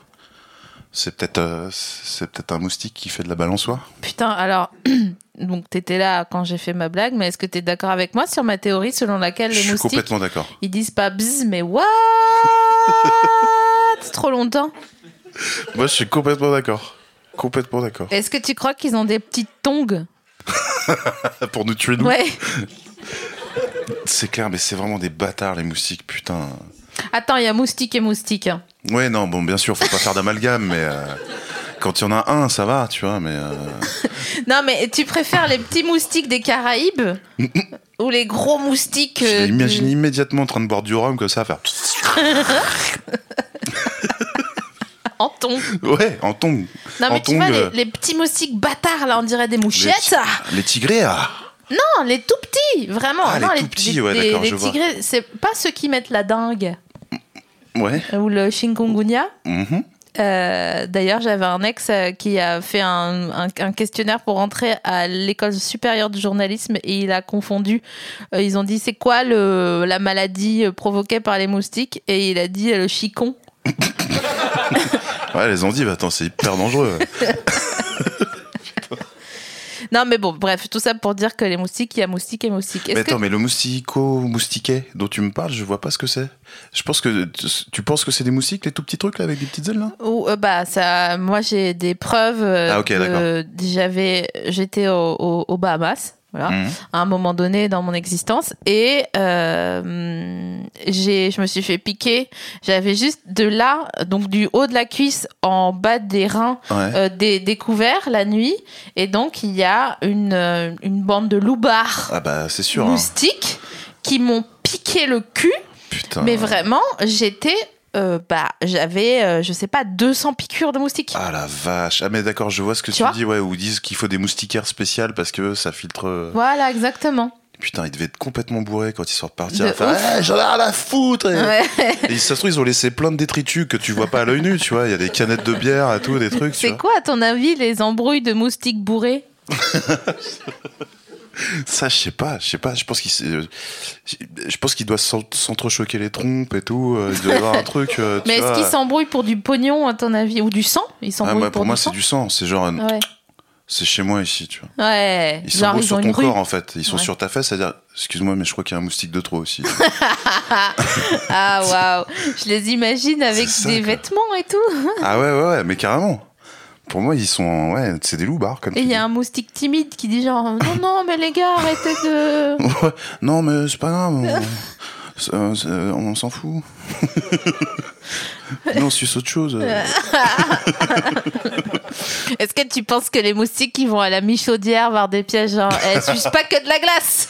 Speaker 3: C'est peut-être euh, c'est peut-être un moustique qui fait de la balançoire.
Speaker 2: Putain, alors, [clears throat] donc t'étais là quand j'ai fait ma blague, mais est-ce que t'es d'accord avec moi sur ma théorie selon laquelle
Speaker 3: je
Speaker 2: les
Speaker 3: suis
Speaker 2: moustiques,
Speaker 3: complètement d'accord.
Speaker 2: ils disent pas bzz, mais what [laughs] C'est Trop longtemps.
Speaker 3: Moi, je suis complètement d'accord. Complètement d'accord.
Speaker 2: Est-ce que tu crois qu'ils ont des petites tongs
Speaker 3: Pour nous tuer, nous.
Speaker 2: Ouais.
Speaker 3: C'est clair, mais c'est vraiment des bâtards, les moustiques, putain.
Speaker 2: Attends, il y a moustique et moustique. hein.
Speaker 3: Ouais, non, bon, bien sûr, faut pas faire d'amalgame, mais euh, quand il y en a un, ça va, tu vois, mais. euh,
Speaker 2: Non, mais tu préfères les petits moustiques des Caraïbes ou les gros moustiques
Speaker 3: je
Speaker 2: euh,
Speaker 3: les imagine
Speaker 2: du-
Speaker 3: immédiatement en train de boire du rhum comme ça, à faire.
Speaker 2: en tongs
Speaker 3: Ouais, en tombe.
Speaker 2: Non,
Speaker 3: en
Speaker 2: mais tu
Speaker 3: tongs,
Speaker 2: vois, les,
Speaker 3: euh,
Speaker 2: les petits moustiques bâtards, là, on dirait des
Speaker 3: les
Speaker 2: mouchettes.
Speaker 3: ti- Les tigrés, ah.
Speaker 2: Non, les tout petits, vraiment.
Speaker 3: Ah,
Speaker 2: non,
Speaker 3: les tout petits, ouais,
Speaker 2: les-
Speaker 3: d'accord,
Speaker 2: les
Speaker 3: je vois.
Speaker 2: tigrés, c'est pas ceux qui mettent la dingue euh,
Speaker 3: Ouais.
Speaker 2: ou le chikungunya.
Speaker 3: mhm.
Speaker 2: Euh, D'ailleurs, j'avais un ex euh, qui a fait un, un- un questionnaire pour rentrer à l'école supérieure de journalisme et il a confondu. Euh, ils ont dit c'est quoi le, la maladie euh, provoquée par les moustiques et il a dit euh, le chicon.
Speaker 3: Ouais, les endives, attends, c'est hyper dangereux.
Speaker 2: Non, mais bon, bref, tout ça pour dire que les moustiques, il y a moustiques et moustiques.
Speaker 3: Mais
Speaker 2: Est-ce que-
Speaker 3: attends, mais le moustico moustiquet dont tu me parles, je vois pas ce que c'est. Je pense que tu, tu penses que c'est des moustiques, les tout petits trucs là avec des petites ailes là
Speaker 2: Ou, euh, bah ça, moi j'ai des preuves. euh,
Speaker 3: Ah, ok,
Speaker 2: de-
Speaker 3: d'accord.
Speaker 2: J'avais, j'étais au- au- aux Bahamas. Voilà.
Speaker 3: Mhm.
Speaker 2: à un moment donné dans mon existence et euh, j'ai je me suis fait piquer j'avais juste de là donc du haut de la cuisse en bas des reins
Speaker 3: Ouais.
Speaker 2: euh, des découverts la nuit et donc il y a une, euh, une bande de loupards
Speaker 3: Ah bah c'est sûr. hein.
Speaker 2: moustiques qui m'ont piqué le cul
Speaker 3: Putain.
Speaker 2: mais vraiment j'étais euh, bah j'avais euh, je sais pas 200 piqûres de moustiques
Speaker 3: Ah la vache. Ah mais d'accord, je vois ce que
Speaker 2: Tu
Speaker 3: tu,
Speaker 2: vois
Speaker 3: dis, ouais, où ils disent qu'il faut des moustiquaires spéciales parce que ça filtre. euh,
Speaker 2: voilà exactement
Speaker 3: Putain, ils devaient être complètement bourrés quand ils sont repartis.
Speaker 2: De
Speaker 3: à faire,
Speaker 2: ouf.
Speaker 3: Eh, j'en ai rien à foutre. Et-
Speaker 2: Ouais.
Speaker 3: Et ça se trouve, ils ont laissé plein de détritus que tu vois pas à l'œil nu, tu vois. Il y a des canettes de bière et tout, des trucs. tu
Speaker 2: c'est
Speaker 3: vois.
Speaker 2: quoi à ton avis les embrouilles de moustiques bourrés
Speaker 3: Ça, je sais pas, je sais pas. Je pense qu'il, s'est- euh, je pense qu'il doit s'en- s'entrechoquer les trompes et tout. euh, Il doit y avoir un truc. euh, tu
Speaker 2: Mais est-ce
Speaker 3: vois.
Speaker 2: qu'ils s'embrouillent pour du pognon, à ton avis Ou du sang Ils
Speaker 3: Ah,
Speaker 2: s'embrouillent
Speaker 3: moi,
Speaker 2: pour,
Speaker 3: pour moi,
Speaker 2: du
Speaker 3: c'est
Speaker 2: sang
Speaker 3: du sang. C'est genre, euh,
Speaker 2: Ouais.
Speaker 3: c'est chez moi ici, tu vois.
Speaker 2: ouais.
Speaker 3: Ils
Speaker 2: Genre,
Speaker 3: sont
Speaker 2: ils
Speaker 3: sur
Speaker 2: ont
Speaker 3: ton
Speaker 2: une rue.
Speaker 3: corps, en fait. Ils sont
Speaker 2: Ouais.
Speaker 3: sur ta fesse, c'est-à-dire, excuse-moi, mais je crois qu'il y a un moustique de
Speaker 2: [laughs]
Speaker 3: trop aussi.
Speaker 2: Ah,
Speaker 3: [laughs]
Speaker 2: waouh. Je les imagine avec
Speaker 3: ça,
Speaker 2: des
Speaker 3: quoi.
Speaker 2: vêtements et tout.
Speaker 3: ah ouais, ouais, ouais, mais carrément. Pour moi, ils sont, ouais, c'est des loups-barres, comme
Speaker 2: Et
Speaker 3: tu
Speaker 2: il y
Speaker 3: dis.
Speaker 2: a un moustique timide qui dit genre Non, non, mais les gars, arrêtez de.
Speaker 3: [laughs] Ouais. non, mais c'est pas grave. On, [laughs] c'est- euh, c'est- euh, on s'en fout. [laughs] non, on suce autre chose.
Speaker 2: [laughs] Est-ce que tu penses que les moustiques, ils vont à la mi-chaudière voir des pièges
Speaker 3: [laughs]
Speaker 2: genre Eh, suce pas que de la glace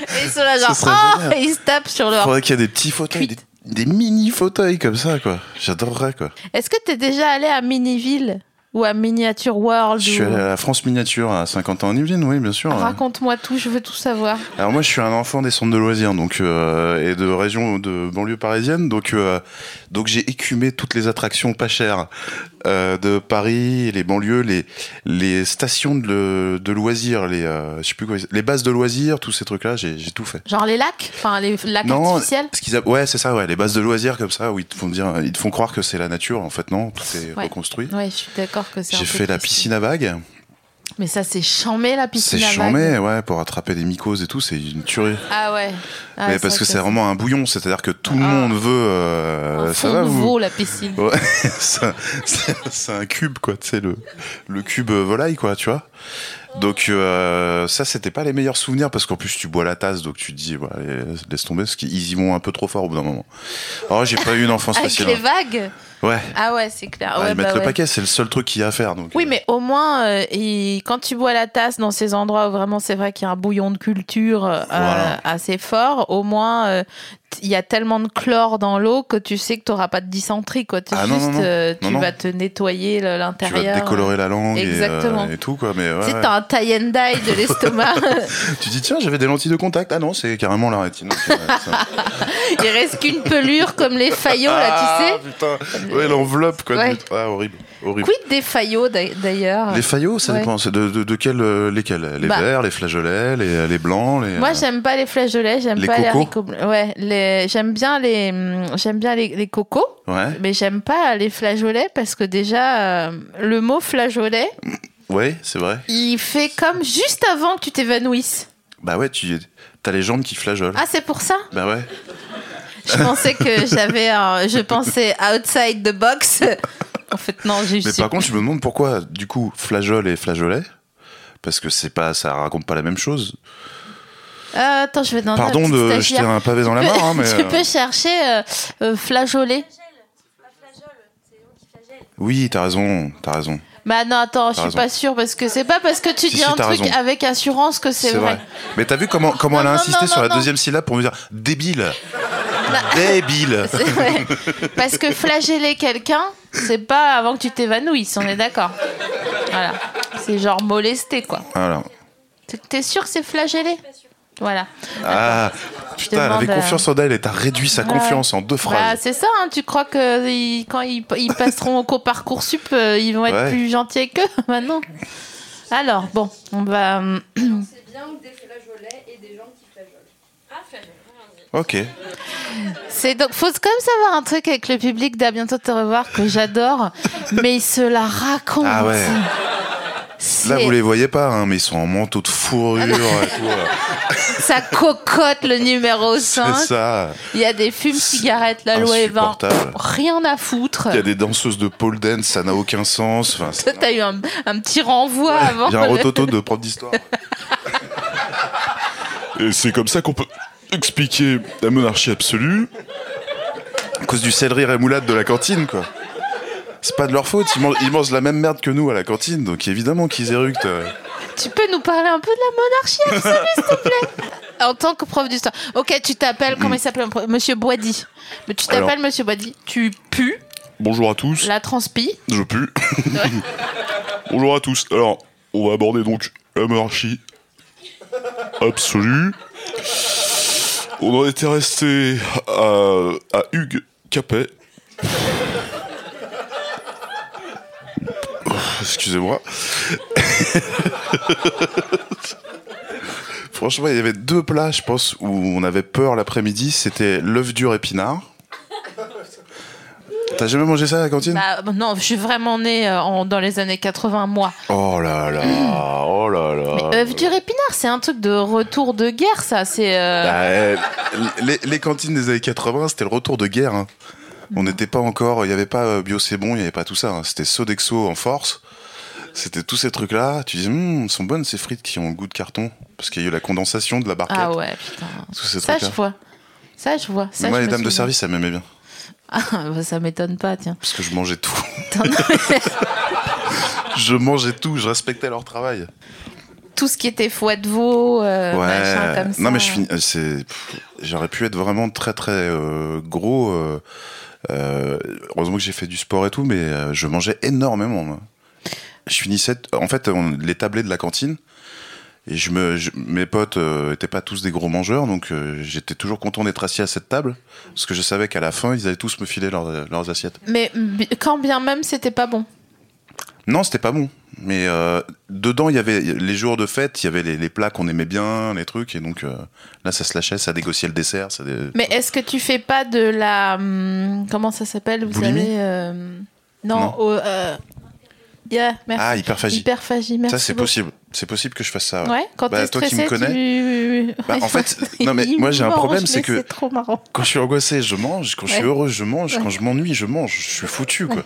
Speaker 2: Et ils sont là genre
Speaker 3: serait
Speaker 2: Oh
Speaker 3: génial.
Speaker 2: Ils se tapent sur leur.
Speaker 3: Faudrait qu'il y ait des petits fauteuils, des,
Speaker 2: Cuite.
Speaker 3: des mini fauteuils comme ça, quoi. J'adorerais, quoi.
Speaker 2: Est-ce que t'es déjà allé à Miniville Ou à Miniature World
Speaker 3: Je suis
Speaker 2: ou-
Speaker 3: allé à la France miniature à 50 ans en Yvelines, oui, bien sûr. hein.
Speaker 2: Raconte-moi tout, je veux tout savoir.
Speaker 3: Alors moi, je suis un enfant des centres de loisirs, donc euh, et de région de banlieue parisienne, donc euh, donc j'ai écumé toutes les attractions pas chères euh, de Paris, les banlieues, les les stations de, de loisirs, les euh, je sais plus quoi, les bases de loisirs, tous ces trucs-là, j'ai j'ai tout fait.
Speaker 2: Genre les lacs Enfin, les lacs artificiels
Speaker 3: ce qu'ils a- ouais, c'est ça, ouais, les bases de loisirs comme ça où ils te font dire, ils te font croire que c'est la nature, en fait non, tout est
Speaker 2: Ouais.
Speaker 3: reconstruit.
Speaker 2: Ouais, je suis d'accord que c'est un
Speaker 3: J'ai
Speaker 2: peu
Speaker 3: fait la
Speaker 2: triste.
Speaker 3: piscine à vagues.
Speaker 2: Mais ça, c'est chambé la
Speaker 3: C'est
Speaker 2: piscine à vagues.
Speaker 3: chambé, ouais, pour attraper des mycoses et tout, c'est une tuerie.
Speaker 2: Ah ouais. Ah,
Speaker 3: mais parce que c'est vraiment un bouillon, c'est-à-dire que tout le
Speaker 2: Ah.
Speaker 3: monde veut. euh,
Speaker 2: Un
Speaker 3: ça
Speaker 2: fond
Speaker 3: va vous [laughs]
Speaker 2: nouveau, la piscine.
Speaker 3: Ouais, c'est un- c'est c'est un cube quoi, tu sais le le cube euh, volaille quoi, tu vois. Donc euh, ça c'était pas les meilleurs souvenirs parce qu'en plus tu bois la tasse donc tu te dis voilà, laisse- laisse tomber parce qu'ils y vont un peu trop fort au bout d'un moment. Oh j'ai pas eu
Speaker 2: [laughs]
Speaker 3: une enfance
Speaker 2: Avec
Speaker 3: facile.
Speaker 2: les
Speaker 3: hein.
Speaker 2: vagues
Speaker 3: Ouais.
Speaker 2: Ah ouais, c'est clair.
Speaker 3: Ah,
Speaker 2: Ouais,
Speaker 3: ils mettent
Speaker 2: bah
Speaker 3: le
Speaker 2: ouais.
Speaker 3: paquet, c'est le seul truc qu'il y a à faire donc.
Speaker 2: Oui,
Speaker 3: euh,
Speaker 2: mais au moins, euh, il- quand tu bois la tasse dans ces endroits où vraiment c'est vrai qu'il y a un bouillon de culture euh,
Speaker 3: Voilà.
Speaker 2: assez fort, au moins euh, t- il y a tellement de chlore dans l'eau que tu sais que tu n'auras pas de dysenterie. Quoi. T'es
Speaker 3: Ah,
Speaker 2: juste,
Speaker 3: non, non, non.
Speaker 2: euh, tu
Speaker 3: Non, non.
Speaker 2: vas te nettoyer le-
Speaker 3: tu vas
Speaker 2: l'intérieur. euh.
Speaker 3: te décolorer la langue et, euh,
Speaker 2: Exactement.
Speaker 3: et, tout quoi mais ouais,
Speaker 2: Tu sais,
Speaker 3: ouais.
Speaker 2: t'as un tie and die de
Speaker 3: [laughs]
Speaker 2: l'estomac.
Speaker 3: tu dis tiens j'avais des lentilles de contact ah non c'est carrément la rétine euh, Ok,
Speaker 2: [laughs]
Speaker 3: ouais, ça-
Speaker 2: Il reste qu'une pelure comme les faillots, là,
Speaker 3: ah, putain ouais l'enveloppe quoi
Speaker 2: Ouais.
Speaker 3: du- ah, horrible
Speaker 2: tu sais.
Speaker 3: horrible
Speaker 2: Quid des faillots, d'a- d'ailleurs
Speaker 3: Les faillots, ça
Speaker 2: Ouais.
Speaker 3: dépend. C'est De, de, de quels, euh, lesquels Les
Speaker 2: Bah.
Speaker 3: verts, les flageolets, les, les blancs, les. euh,
Speaker 2: Moi, j'aime pas les flèches de lait, j'aime
Speaker 3: Les
Speaker 2: pas les
Speaker 3: cocos
Speaker 2: haricots bleus. Ouais, les... j'aime bien les, hum, j'aime bien les, les cocos,
Speaker 3: Ouais,
Speaker 2: mais j'aime pas les flageolets parce que déjà, euh, le mot flageolet,
Speaker 3: ouais, c'est vrai.
Speaker 2: il fait comme juste avant que tu t'évanouisses.
Speaker 3: Bah ouais, tu t'as les jambes qui flageolent.
Speaker 2: Ah, c'est pour ça
Speaker 3: Bah ouais.
Speaker 2: Je pensais
Speaker 3: [laughs]
Speaker 2: que j'avais, un- je pensais outside the box. En fait, non, j'ai
Speaker 3: Mais
Speaker 2: juste.
Speaker 3: par contre, je me demande pourquoi, du coup, flageole et flageolet, parce que c'est pas, ça raconte pas la même chose.
Speaker 2: Euh, attends, je vais demander. à la
Speaker 3: Pardon
Speaker 2: petite
Speaker 3: de
Speaker 2: stagiaire.
Speaker 3: jeter un pavé dans la
Speaker 2: Tu peux- [laughs]
Speaker 3: mare, hein, mais.
Speaker 2: tu
Speaker 3: euh,
Speaker 2: peux chercher euh, euh, flageolet.
Speaker 3: Oui, t'as raison, t'as raison.
Speaker 2: Bah non, attends, je suis
Speaker 3: T'as raison.
Speaker 2: pas sûre parce que c'est pas parce que tu
Speaker 3: Si,
Speaker 2: dis
Speaker 3: si,
Speaker 2: un
Speaker 3: t'as
Speaker 2: truc
Speaker 3: raison.
Speaker 2: avec assurance que c'est vrai.
Speaker 3: Mais t'as vu comment, comment
Speaker 2: Non,
Speaker 3: elle a
Speaker 2: non, non,
Speaker 3: insisté sur la
Speaker 2: non, non.
Speaker 3: deuxième syllabe pour me dire débile Débile
Speaker 2: [laughs] [laughs] C'est vrai. Parce que flageller quelqu'un, c'est pas avant que tu t'évanouisses, on est d'accord. Voilà. C'est genre molester, quoi.
Speaker 3: Alors.
Speaker 2: T'es- T'es sûr que c'est flageller Voilà. Bah,
Speaker 3: Ah, putain, elle avait
Speaker 2: demande, euh,
Speaker 3: confiance en elle et t'as réduit sa confiance en deux
Speaker 2: Bah,
Speaker 3: phrases.
Speaker 2: c'est ça, hein, tu crois que ils- quand ils, ils passeront au co parcoursup, euh, ils vont être
Speaker 3: Ouais.
Speaker 2: plus gentils qu'eux [laughs] maintenant. Alors, bon, on va. hum,
Speaker 4: C'est bien des flageolets et des gens qui flageolent.
Speaker 2: Bah,
Speaker 3: Ok.
Speaker 2: C'est donc faut quand même savoir un truc avec le public
Speaker 3: [laughs]
Speaker 2: d'à bientôt te revoir que j'adore, mais il se la raconte.
Speaker 3: Ah ouais. Là,
Speaker 2: c'est- Ah
Speaker 3: vous les voyez pas, hein, mais ils sont en manteau de fourrure et tout. euh,
Speaker 2: Ça cocotte le numéro
Speaker 3: [laughs] C'est
Speaker 2: 5.
Speaker 3: ça.
Speaker 2: Il y a des fumes cigarettes, la loi est 20.
Speaker 3: Insupportable.
Speaker 2: Rien à foutre.
Speaker 3: Il y a des danseuses de pole dance, ça n'a aucun sens. Enfin,
Speaker 2: Toi, t'as eu un, un petit renvoi avant.
Speaker 3: Il y a un
Speaker 2: le-
Speaker 3: rototo de prof d'histoire. Et c'est comme ça qu'on peut expliquer la monarchie absolue. À cause du céleri rémoulade de la cantine, quoi. C'est pas de leur faute, ils, man- ils mangent la même merde que nous à la cantine, donc évidemment qu'ils éructent. euh.
Speaker 2: Tu peux nous parler un peu de la monarchie absolue, s'il te
Speaker 3: [laughs]
Speaker 2: plaît En tant que prof d'histoire. Ok, tu t'appelles, comment il s'appelle en pro- Monsieur Boisdy. Mais tu
Speaker 3: Alors.
Speaker 2: t'appelles Monsieur Boisdy, tu pues,
Speaker 3: Bonjour à tous,
Speaker 2: la transpires.
Speaker 3: je pue. Bonjour à tous. Alors, on va aborder donc la monarchie absolue. On en était resté à, à Hugues Capet. Excusez-moi. [laughs] Franchement, il y avait deux plats, je pense, où on avait peur l'après-midi. C'était l'œuf dur épinard. T'as jamais mangé ça à la cantine
Speaker 2: Bah, non, je suis vraiment née euh, en- dans les années 80, moi.
Speaker 3: Oh là là, oh là là.
Speaker 2: Œuf dur épinard, c'est un truc de retour de guerre, ça. C'est. euh,
Speaker 3: Bah, euh, les, les cantines des années 80, c'était le retour de guerre. hein. On
Speaker 2: Mm.
Speaker 3: n'était pas encore, il n'y avait pas euh, Bio c'est bon, il n'y avait pas tout ça. hein. C'était Sodexo en force. C'était tous ces trucs-là. Tu dis, Hum, sont bonnes ces frites qui ont le goût de carton. Parce qu'il y a eu la condensation de la barquette.
Speaker 2: Ah ouais, putain.
Speaker 3: Tous ces
Speaker 2: Ça, je
Speaker 3: trucs-là.
Speaker 2: vois. Ça, je vois. Ça,
Speaker 3: Moi,
Speaker 2: je
Speaker 3: les
Speaker 2: me
Speaker 3: dames de
Speaker 2: souviens.
Speaker 3: service, elles m'aimaient bien.
Speaker 2: Ah, bah, ça m'étonne pas, tiens.
Speaker 3: Parce que je mangeais tout. [laughs] je mangeais tout, je respectais leur travail.
Speaker 2: Tout ce qui était foie de veau, euh, machin comme ça.
Speaker 3: non mais je finis. euh, c'est- pff, J'aurais pu être vraiment très très euh, gros. euh, euh, heureusement que j'ai fait du sport et tout, mais euh, je mangeais énormément. moi. Je finissais. En fait, on, les tablés de la cantine. Et je me, je- mes potes euh, étaient pas tous des gros mangeurs, donc euh, j'étais toujours content d'être assis à cette table, parce que je savais qu'à la fin, ils allaient tous me filer leurs- leurs assiettes.
Speaker 2: Mais bi- quand bien même, c'était pas bon.
Speaker 3: Non, c'était pas bon. Mais euh, dedans, il y avait les jours de fête, il y avait les, les plats qu'on aimait bien, les trucs. Et donc euh, là, ça se lâchait, ça négociait le dessert. Ça dé-
Speaker 2: Mais est-ce que tu fais pas de la. hum, Comment ça s'appelle Vous
Speaker 3: Boulimie
Speaker 2: savez. euh, Non,
Speaker 3: Non.
Speaker 2: au- euh, yeah, merci.
Speaker 3: Ah, hyperphagie.
Speaker 2: Hyperphagie, merci.
Speaker 3: ça, c'est
Speaker 2: beaucoup.
Speaker 3: possible. C'est possible que je fasse ça.
Speaker 2: Ouais, quand
Speaker 3: Bah,
Speaker 2: t'es
Speaker 3: toi qui
Speaker 2: stressé,
Speaker 3: me
Speaker 2: tu...
Speaker 3: Bah,
Speaker 2: [laughs]
Speaker 3: en fait, non, mais
Speaker 2: Il
Speaker 3: moi, j'ai un
Speaker 2: mange,
Speaker 3: problème, c'est
Speaker 2: mais
Speaker 3: que-
Speaker 2: C'est trop marrant.
Speaker 3: Quand je suis angoissé, je mange. Quand je suis
Speaker 2: Ouais.
Speaker 3: heureux, je mange. Quand je m'ennuie, je mange. Je suis foutu, quoi.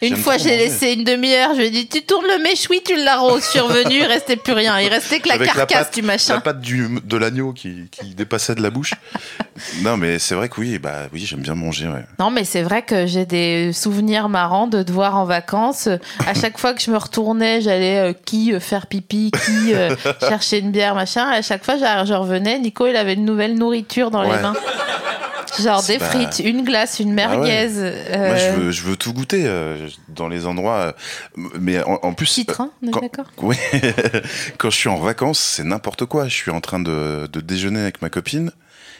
Speaker 2: Une
Speaker 3: J'aime
Speaker 2: fois,
Speaker 3: trop
Speaker 2: j'ai
Speaker 3: manger.
Speaker 2: laissé une demi-heure, je lui ai dit Tu tournes le méchoui, tu l'arroses. Je suis revenu, il restait plus rien. Il restait que la
Speaker 3: Avec
Speaker 2: carcasse
Speaker 3: pâte,
Speaker 2: du machin.
Speaker 3: La pâte du, de l'agneau qui, qui dépassait de
Speaker 2: [laughs]
Speaker 3: la bouche. non, mais c'est vrai que oui, bah oui, j'aime bien manger, ouais.
Speaker 2: Non, mais c'est vrai que j'ai des souvenirs marrants de te voir en vacances. Euh, À chaque fois que je me retournais, j'allais euh, qui euh, faire pipi, qui
Speaker 3: [laughs]
Speaker 2: euh, chercher une bière, machin. Et à chaque fois, j'a- je revenais, Nico, il avait une nouvelle nourriture dans
Speaker 3: Ouais.
Speaker 2: les mains. Genre des
Speaker 3: Bah.
Speaker 2: frites, une glace, une
Speaker 3: Ah ouais.
Speaker 2: merguez. euh,
Speaker 3: Moi, je veux, je veux tout goûter euh, dans les endroits. euh, mais en, en plus.
Speaker 2: Titre, hein, on est
Speaker 3: quand-
Speaker 2: d'accord
Speaker 3: Oui. [laughs] Quand je suis en vacances, c'est n'importe quoi. Je suis en train de, de déjeuner avec ma copine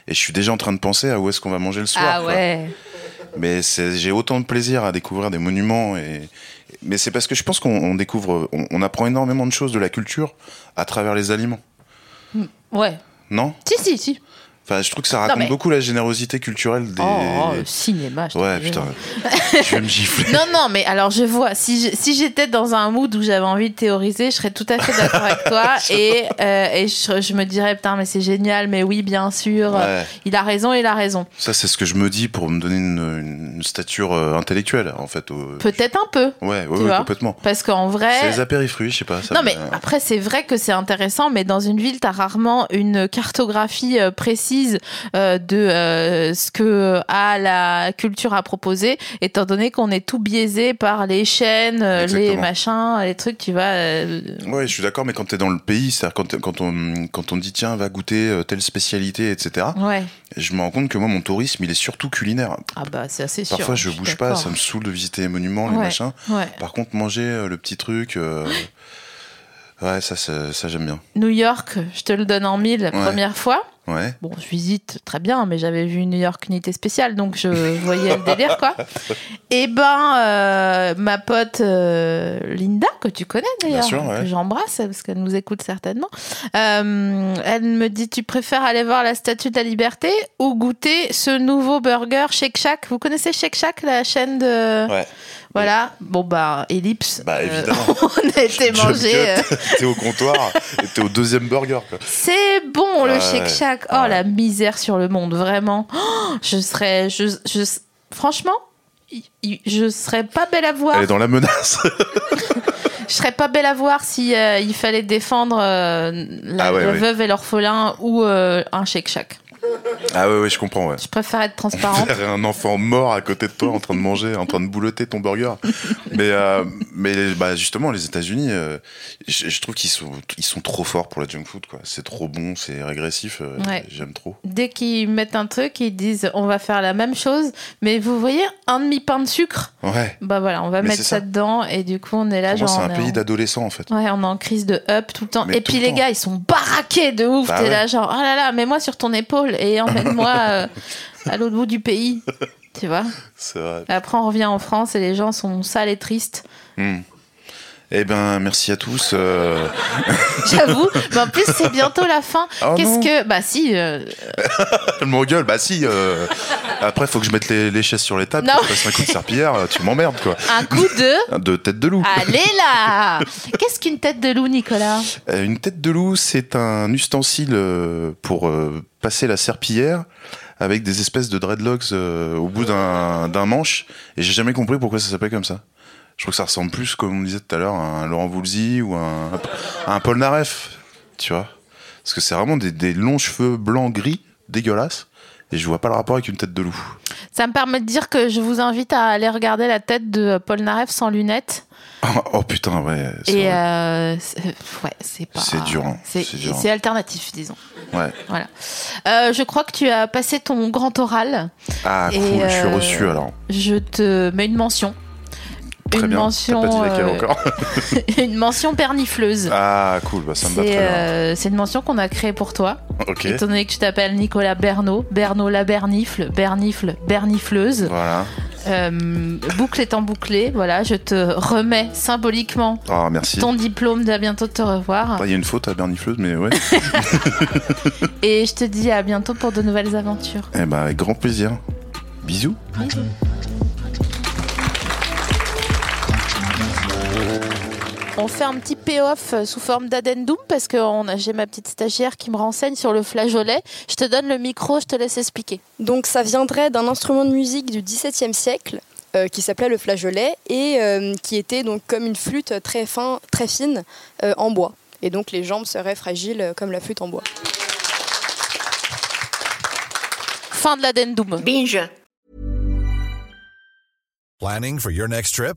Speaker 3: et je suis déjà en train de penser à où est-ce qu'on va manger le soir.
Speaker 2: Ah
Speaker 3: quoi.
Speaker 2: ouais.
Speaker 3: Mais c'est- j'ai autant de plaisir à découvrir des monuments et. Mais c'est parce que je pense qu'on on découvre, on, on apprend énormément de choses de la culture à travers les aliments,
Speaker 2: Ouais.
Speaker 3: non
Speaker 2: Si, si, si.
Speaker 3: Enfin, je trouve que ça raconte
Speaker 2: mais-
Speaker 3: beaucoup la générosité culturelle des.
Speaker 2: Oh, oh, le cinéma. je te
Speaker 3: ouais,
Speaker 2: jure.
Speaker 3: putain, je vais me gifler.
Speaker 2: Non, non, mais alors je vois, si je- si j'étais dans un mood où j'avais envie de théoriser, je serais tout à fait d'accord avec
Speaker 3: [laughs]
Speaker 2: toi et, euh, et je, je me dirais, putain, mais c'est génial, mais oui, bien sûr,
Speaker 3: Ouais.
Speaker 2: euh, il a raison, il a raison.
Speaker 3: Ça, c'est ce que je me dis pour me donner une, une stature euh, intellectuelle, en fait. au-
Speaker 2: Peut-être un peu,
Speaker 3: Ouais, ouais,
Speaker 2: tu
Speaker 3: ouais,
Speaker 2: vois.
Speaker 3: complètement.
Speaker 2: Parce qu'en
Speaker 3: C'est
Speaker 2: vrai.
Speaker 3: les apérifruits, je sais pas. ça
Speaker 2: Non,
Speaker 3: me-
Speaker 2: mais après, c'est vrai que c'est intéressant, mais dans une ville, t'as rarement une cartographie euh, précise euh, de euh, ce que euh, a la culture à proposer, étant donné qu'on est tout biaisé par les chaînes, euh, les
Speaker 3: Exactement.
Speaker 2: machins, les trucs, tu vois. euh,
Speaker 3: Ouais, je suis d'accord, mais quand t'es dans le pays, c'est-à-dire quand, t'es- quand, on, quand on dit tiens, va goûter euh, telle spécialité, etc.,
Speaker 2: Ouais.
Speaker 3: je me rends compte que moi, mon tourisme, il est surtout culinaire.
Speaker 2: Ah bah c'est assez sûr.
Speaker 3: Parfois, je
Speaker 2: suis
Speaker 3: bouge pas,
Speaker 2: d'accord.
Speaker 3: ça me saoule de visiter les monuments, les
Speaker 2: Ouais.
Speaker 3: machins.
Speaker 2: Ouais.
Speaker 3: Par contre, manger euh, le petit truc. euh, Ouais, ça, ça, ça, j'aime bien.
Speaker 2: New York, je te le donne en mille la
Speaker 3: Ouais.
Speaker 2: première fois.
Speaker 3: Ouais.
Speaker 2: Bon, je visite très bien, mais j'avais vu New York unité spéciale, donc
Speaker 3: [laughs]
Speaker 2: je voyais le délire quoi. Et ben, euh, ma pote euh, Linda, que tu connais d'ailleurs,
Speaker 3: sûr, ouais.
Speaker 2: que j'embrasse parce qu'elle nous écoute certainement, euh, elle me dit Tu préfères aller voir la statue de la liberté ou goûter ce nouveau burger Shake Shack Vous connaissez Shake Shack, la chaîne de.
Speaker 3: Ouais.
Speaker 2: Voilà, bon bah, ellipse.
Speaker 3: Bah,
Speaker 2: Euh,
Speaker 3: évidemment.
Speaker 2: [laughs] on a été euh,
Speaker 3: Jump
Speaker 2: mangé.
Speaker 3: cut, t'es au comptoir et t'es au deuxième burger. Quoi.
Speaker 2: C'est bon le
Speaker 3: Ouais,
Speaker 2: Shake Shack. Oh
Speaker 3: ouais.
Speaker 2: la misère sur le monde, vraiment. Oh, je serais, je, je, franchement, i- i- je serais pas belle à voir.
Speaker 3: Elle est dans la menace.
Speaker 2: Je serais pas belle à voir si euh, il fallait défendre euh, la,
Speaker 3: Ah ouais,
Speaker 2: la
Speaker 3: ouais.
Speaker 2: veuve et l'orphelin ou euh, un Shake Shack.
Speaker 3: ah ouais, ouais, je comprends. Ouais.
Speaker 2: Je préfère être
Speaker 3: [laughs]
Speaker 2: transparente.
Speaker 3: Faire un enfant mort à côté de toi en train de manger, en train de boulotter ton burger. Mais, euh, mais bah, justement, les États-Unis, euh, je, je trouve qu'ils sont, ils sont trop forts pour la junk food. quoi. C'est trop bon, c'est régressif. euh,
Speaker 2: Ouais.
Speaker 3: J'aime trop.
Speaker 2: Dès qu'ils mettent un truc, ils disent on va faire la même chose, mais vous voyez un demi pain de sucre.
Speaker 3: Ouais.
Speaker 2: Bah voilà, on va
Speaker 3: Mais
Speaker 2: mettre
Speaker 3: c'est
Speaker 2: ça.
Speaker 3: ça.
Speaker 2: dedans et du coup on est là
Speaker 3: Pour moi,
Speaker 2: genre.
Speaker 3: c'est
Speaker 2: on
Speaker 3: un
Speaker 2: est
Speaker 3: pays
Speaker 2: en-
Speaker 3: d'adolescents en fait.
Speaker 2: Ouais, on est en crise de up tout le temps.
Speaker 3: Mais
Speaker 2: et
Speaker 3: tout
Speaker 2: puis
Speaker 3: le
Speaker 2: les
Speaker 3: temps.
Speaker 2: gars, ils sont baraqués de ouf.
Speaker 3: Bah
Speaker 2: T'es
Speaker 3: ouais.
Speaker 2: là genre, oh là là, mets-moi sur ton épaule et
Speaker 3: [laughs]
Speaker 2: emmène-moi euh, à l'autre bout du pays. Tu vois
Speaker 3: C'est vrai.
Speaker 2: Après, on revient en France et les gens sont sales et tristes.
Speaker 3: [laughs] Hmm. Eh ben, merci à tous. euh, [laughs]
Speaker 2: J'avoue. Mais en plus, c'est bientôt la fin.
Speaker 3: Oh
Speaker 2: Qu'est-ce
Speaker 3: non.
Speaker 2: que. Bah si. euh,
Speaker 3: Elle m'engueule, bah si. euh, Après, faut que je mette les, les chaises sur les tables,
Speaker 2: Non.
Speaker 3: que je fasse un coup de serpillière, euh, tu m'emmerdes quoi.
Speaker 2: un coup
Speaker 3: [laughs]
Speaker 2: de.
Speaker 3: De tête de loup.
Speaker 2: Allez là Qu'est-ce qu'une tête de loup, Nicolas
Speaker 3: Euh, Une tête de loup, c'est un ustensile euh, pour euh, passer la serpillière avec des espèces de dreadlocks euh, au bout d'un d'un manche. Et j'ai jamais compris pourquoi ça s'appelait comme ça. Je trouve que ça ressemble plus, comme on disait tout à l'heure, à un Laurent Voulzy ou à un, à un Paul Naref, tu vois. Parce que c'est vraiment des, des longs cheveux blancs gris, dégueulasses. Et je vois pas le rapport avec une tête de loup. [laughs]
Speaker 2: Ça me permet de dire que je vous invite à aller regarder la tête de Paul Naref sans lunettes.
Speaker 3: Oh, oh, putain, ouais. c'est
Speaker 2: Et
Speaker 3: vrai.
Speaker 2: euh, c'est- ouais, c'est pas.
Speaker 3: C'est dur, hein.
Speaker 2: C'est
Speaker 3: C'est dur, hein.
Speaker 2: c'est alternatif, disons.
Speaker 3: Ouais.
Speaker 2: Voilà. Euh, je crois que tu as passé ton grand oral.
Speaker 3: Ah,
Speaker 2: Et,
Speaker 3: cool, je suis
Speaker 2: euh,
Speaker 3: reçu alors.
Speaker 2: Je te mets une mention.
Speaker 3: Très
Speaker 2: une
Speaker 3: bien.
Speaker 2: mention.
Speaker 3: T'as pas dit laquelle
Speaker 2: euh,
Speaker 3: encore
Speaker 2: [laughs] une mention pernifleuse.
Speaker 3: Ah, cool, bah, ça me va très
Speaker 2: C'est
Speaker 3: bien.
Speaker 2: euh, c'est une mention qu'on a créée pour toi,
Speaker 3: Ok.
Speaker 2: étant donné que tu t'appelles Nicolas Bernot, Bernot la Bernifle, Bernifle, Bernifleuse.
Speaker 3: Voilà.
Speaker 2: Euh, boucle étant bouclée, voilà, je te remets symboliquement
Speaker 3: Ah, merci.
Speaker 2: ton diplôme d'à bientôt te revoir.
Speaker 3: Ah, Il y a une faute à Bernifleuse, mais ouais.
Speaker 2: Et je te dis à bientôt pour de nouvelles aventures.
Speaker 3: eh ben, avec grand plaisir. Bisous.
Speaker 2: On fait un petit payoff euh, sous forme d'addendum parce que on a- j'ai ma petite stagiaire qui me renseigne sur le flageolet. Je te donne le micro, je te laisse expliquer.
Speaker 4: Donc ça viendrait d'un instrument de musique du XVIIe siècle euh, qui s'appelait le flageolet et euh, qui était donc comme une flûte très, fin, très fine euh, en bois. Et donc les jambes seraient fragiles euh, comme la flûte en bois.
Speaker 2: Fin de l'addendum.
Speaker 8: Binge.
Speaker 9: Planning for your next trip?